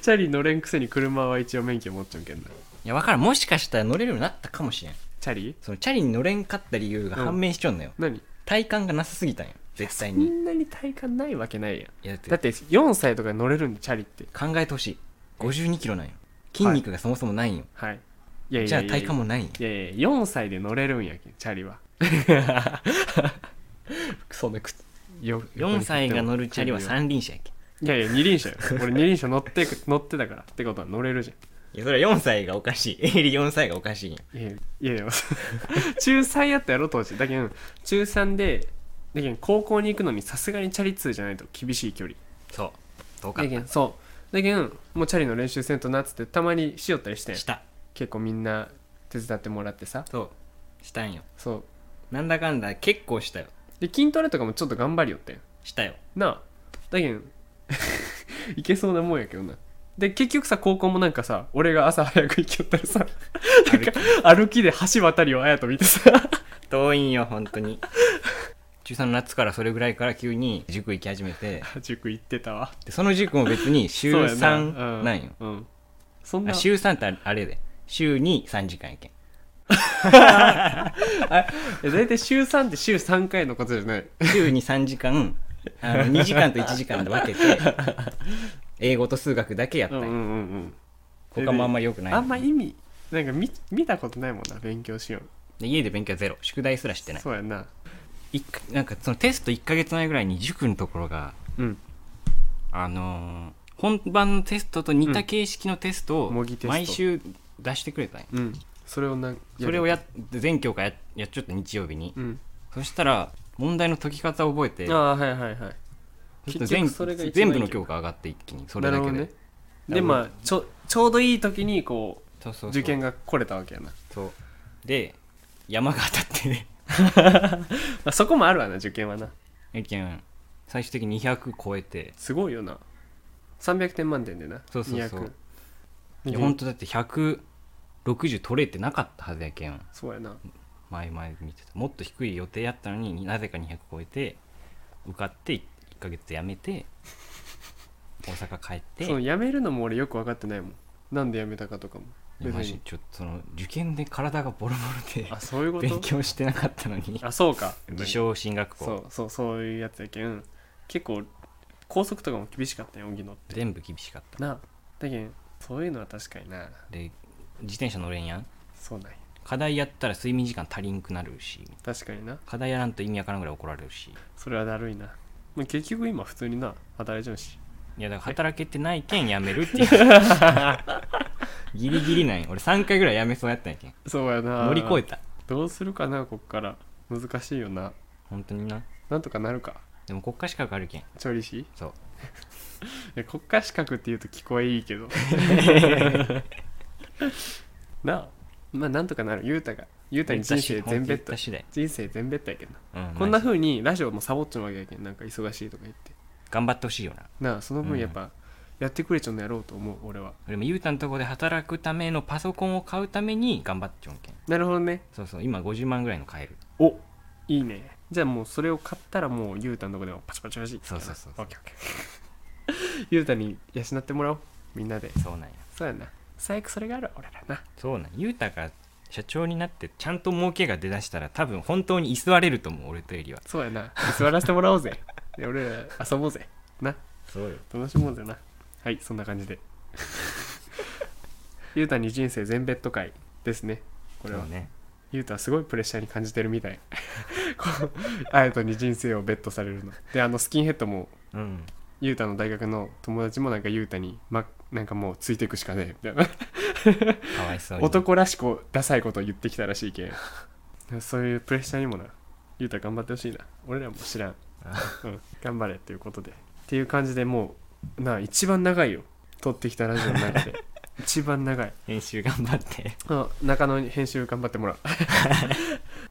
Speaker 2: チャリ乗れんくせに車は一応免許持っちゃうけんな
Speaker 3: や分からんもしかしたら乗れるようになったかもしれん
Speaker 2: チャリ
Speaker 3: そのチャリに乗れんかった理由が判明しちゃうんだよ、
Speaker 2: 何
Speaker 3: 体感がなさすぎたんよ絶対
Speaker 2: み
Speaker 3: に
Speaker 2: んなに体感ないわけないやん
Speaker 3: いやだって
Speaker 2: だって4歳とか乗れるんでチャリって
Speaker 3: 考えてほしい5 2キロなんよ筋肉がそもそもないんよ、
Speaker 2: はいいやい
Speaker 3: じゃ
Speaker 2: や
Speaker 3: あ
Speaker 2: いや
Speaker 3: 体幹もないんよ
Speaker 2: いやいや4歳で乗れるんやけんチャリはそんなくよ
Speaker 3: 4歳が乗るチャリは三輪車やけん
Speaker 2: いやいや二輪車よ俺二輪車乗ってく *laughs* 乗ってたからってことは乗れるじ
Speaker 3: いやそれは4歳がおかしいエイリ4歳がおかしいんよ
Speaker 2: ゃんいやいやいやいや *laughs* 中3やったやろ当時だけど中3でだけど高校に行くのにさすがにチャリ通じゃないと厳しい距離
Speaker 3: そうどうか
Speaker 2: だけどそうだけどもうチャリの練習せんとなっつってたまにしよったりしてん
Speaker 3: した
Speaker 2: 結構みんな手伝ってもらってさ
Speaker 3: そうしたんよ
Speaker 2: そう
Speaker 3: なんだかんだ結構したよ
Speaker 2: で筋トレとかもちょっと頑張りよってん
Speaker 3: したよ
Speaker 2: なあだけど *laughs* いけそうなもんやけどなで結局さ高校もなんかさ俺が朝早く行きよったら *laughs* さなんか歩きで橋渡りをあやと見てさ
Speaker 3: 遠いんよ本
Speaker 2: *laughs*
Speaker 3: 当に中3の夏からそれぐらいから急に塾行き始めて
Speaker 2: 塾行ってたわ
Speaker 3: でその塾も別に週3なんよ
Speaker 2: うん、うんそんな
Speaker 3: あ週3ってあれで週23時間やけん
Speaker 2: え大体週3って週3回のことじゃない
Speaker 3: 週に3時間
Speaker 2: *laughs*
Speaker 3: あの2時間と1時間で分けて英語と数学だけやっ
Speaker 2: う
Speaker 3: た
Speaker 2: ん
Speaker 3: ん
Speaker 2: うんう
Speaker 3: よ
Speaker 2: ん
Speaker 3: 他もあんまりよく
Speaker 2: う
Speaker 3: なんい
Speaker 2: あんま意味なんか見見たことないもんな勉強しよう
Speaker 3: で家で勉強ゼロ宿題すらしてない
Speaker 2: そうやんな
Speaker 3: 一かなんかそのテスト1ヶ月前ぐらいに塾のところが
Speaker 2: うん
Speaker 3: あのー本番のテストと似た形式のテストを
Speaker 2: 模擬テスト
Speaker 3: 毎週出してくれたんよ
Speaker 2: うんそれをなん
Speaker 3: それを
Speaker 2: や
Speaker 3: やっ全教科ややっちゃった日曜日に、
Speaker 2: うん
Speaker 3: そしたら問題の解き方を覚えて
Speaker 2: ああはいはいはい
Speaker 3: ちょっと
Speaker 2: 結
Speaker 3: 全
Speaker 2: 局それが一番
Speaker 3: 全部の教科上がって一気にそれだけで、
Speaker 2: なるほどねでまあちょちょうどいい時にこう
Speaker 3: そうそうそう
Speaker 2: 受験が来れたわけやな
Speaker 3: そうで山が当たって *laughs* ね
Speaker 2: まあそこもあるわな受験はな
Speaker 3: 受験最終的に200超えて
Speaker 2: すごいよな300点満点でな
Speaker 3: そうそうそうい
Speaker 2: 200
Speaker 3: や本当だって160取れてなかったはずやけん
Speaker 2: そうやな
Speaker 3: 前々見てたもっと低い予定やったのになぜか200超えて受かって1ヶ月やめて大阪帰って
Speaker 2: そう辞めるのも俺よく分かってないもんなんで辞めたかとかも
Speaker 3: いやマジ
Speaker 2: に
Speaker 3: ちょっとその受験で体がボロボロで
Speaker 2: あそういうこ
Speaker 3: 勉
Speaker 2: と
Speaker 3: 強してなかったのに
Speaker 2: あそうか
Speaker 3: 自称進学
Speaker 2: そ
Speaker 3: 校
Speaker 2: うそうそういうやつやけん結構校則とかも厳しかったよ荻野って
Speaker 3: 全部厳しかった
Speaker 2: なあだけんそういうのは確かにな
Speaker 3: で自転車乗れんやん
Speaker 2: そうなんや
Speaker 3: 課題やったら睡眠時間足りんくなるし
Speaker 2: 確かにな
Speaker 3: 課題やらんと意味わからんぐらい怒られるし
Speaker 2: それはだるいなまあ結局今普通にな働いちゃうし
Speaker 3: いやだから働けてないけん辞めるっ
Speaker 2: *laughs*
Speaker 3: ていうギリギリなんよ俺3回ぐらい辞めそうやったんやけん
Speaker 2: そうやな
Speaker 3: 乗り越えた
Speaker 2: どうするかなこっから難しいよな
Speaker 3: 本当にな
Speaker 2: なんとかなるか
Speaker 3: でも国家資格あるけん
Speaker 2: 調理師い
Speaker 3: そう
Speaker 2: や国家資格って言うと聞こえいいけ
Speaker 3: *laughs*
Speaker 2: どなあまあなんとかなる雄太が雄太に人生全ベッ
Speaker 3: 本気言った
Speaker 2: ド
Speaker 3: 次第、
Speaker 2: 人生全ベッドやけんな
Speaker 3: うん、
Speaker 2: こんな
Speaker 3: ふう
Speaker 2: 風にラジオもサボっちゃうわけやけんなんか忙しいとか言って
Speaker 3: 頑張ってほしいよな
Speaker 2: なあその
Speaker 3: う
Speaker 2: 分
Speaker 3: ん
Speaker 2: やっぱやってくれちゃうんのやろうと思う俺は
Speaker 3: でもゆうたのとこで働くためのパソコンを買うために頑張っちゃうんけん
Speaker 2: なるほどね
Speaker 3: そうそう今50万ぐらいの買える
Speaker 2: おいいねじゃあもうそれを買ったらもうゆうたのとこでもパチパチパチ
Speaker 3: そうそうそう
Speaker 2: オッケーオッケーゆうたに養ってもらおうみんなで
Speaker 3: そうなんや
Speaker 2: そうやな最悪それがある俺らな
Speaker 3: そうなんゆうたが社長になってちゃんと儲けが出だしたら多分本当に居座れると思う俺とよりは
Speaker 2: そうやな座らせてもらおう
Speaker 3: *laughs*
Speaker 2: ぜで俺ら遊ぼうぜな
Speaker 3: そうよ
Speaker 2: 楽しもうぜなはいそんな感
Speaker 3: *laughs*
Speaker 2: じでゆうたに人生全ベッド会ですねこ
Speaker 3: こ
Speaker 2: れ
Speaker 3: れ
Speaker 2: は
Speaker 3: はね
Speaker 2: ゆうたはすごいプレッシャーに感じてるみたい *laughs* こうあやとに人生をベットされるのであのスキンヘッドも
Speaker 3: うん
Speaker 2: ゆうたの大学の友達もなんかゆうたに、ま、なんかもうついていくしかねえみたい
Speaker 3: かわいそう
Speaker 2: な
Speaker 3: に
Speaker 2: 男らしくダサいことを言ってきたらしいけんそういうプレッシャーにもなゆうた頑張ってほしいな俺らも知らん、うん、頑張れっていうことでっていう感じでもうなあ一番長いよ撮ってきたラジオの中
Speaker 3: *laughs*
Speaker 2: で一番長い
Speaker 3: 編集頑張って
Speaker 2: あ中野に編集頑張ってもらう *laughs* っ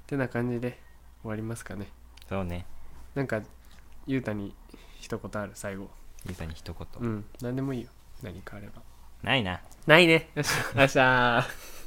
Speaker 2: てな感じで終わりますかね
Speaker 3: そうね
Speaker 2: なんかゆうたに一言ある最後
Speaker 3: ゆうたに一言、
Speaker 2: うん何でもいいよ何かあれば
Speaker 3: ないな
Speaker 2: ないねよしよっしゃー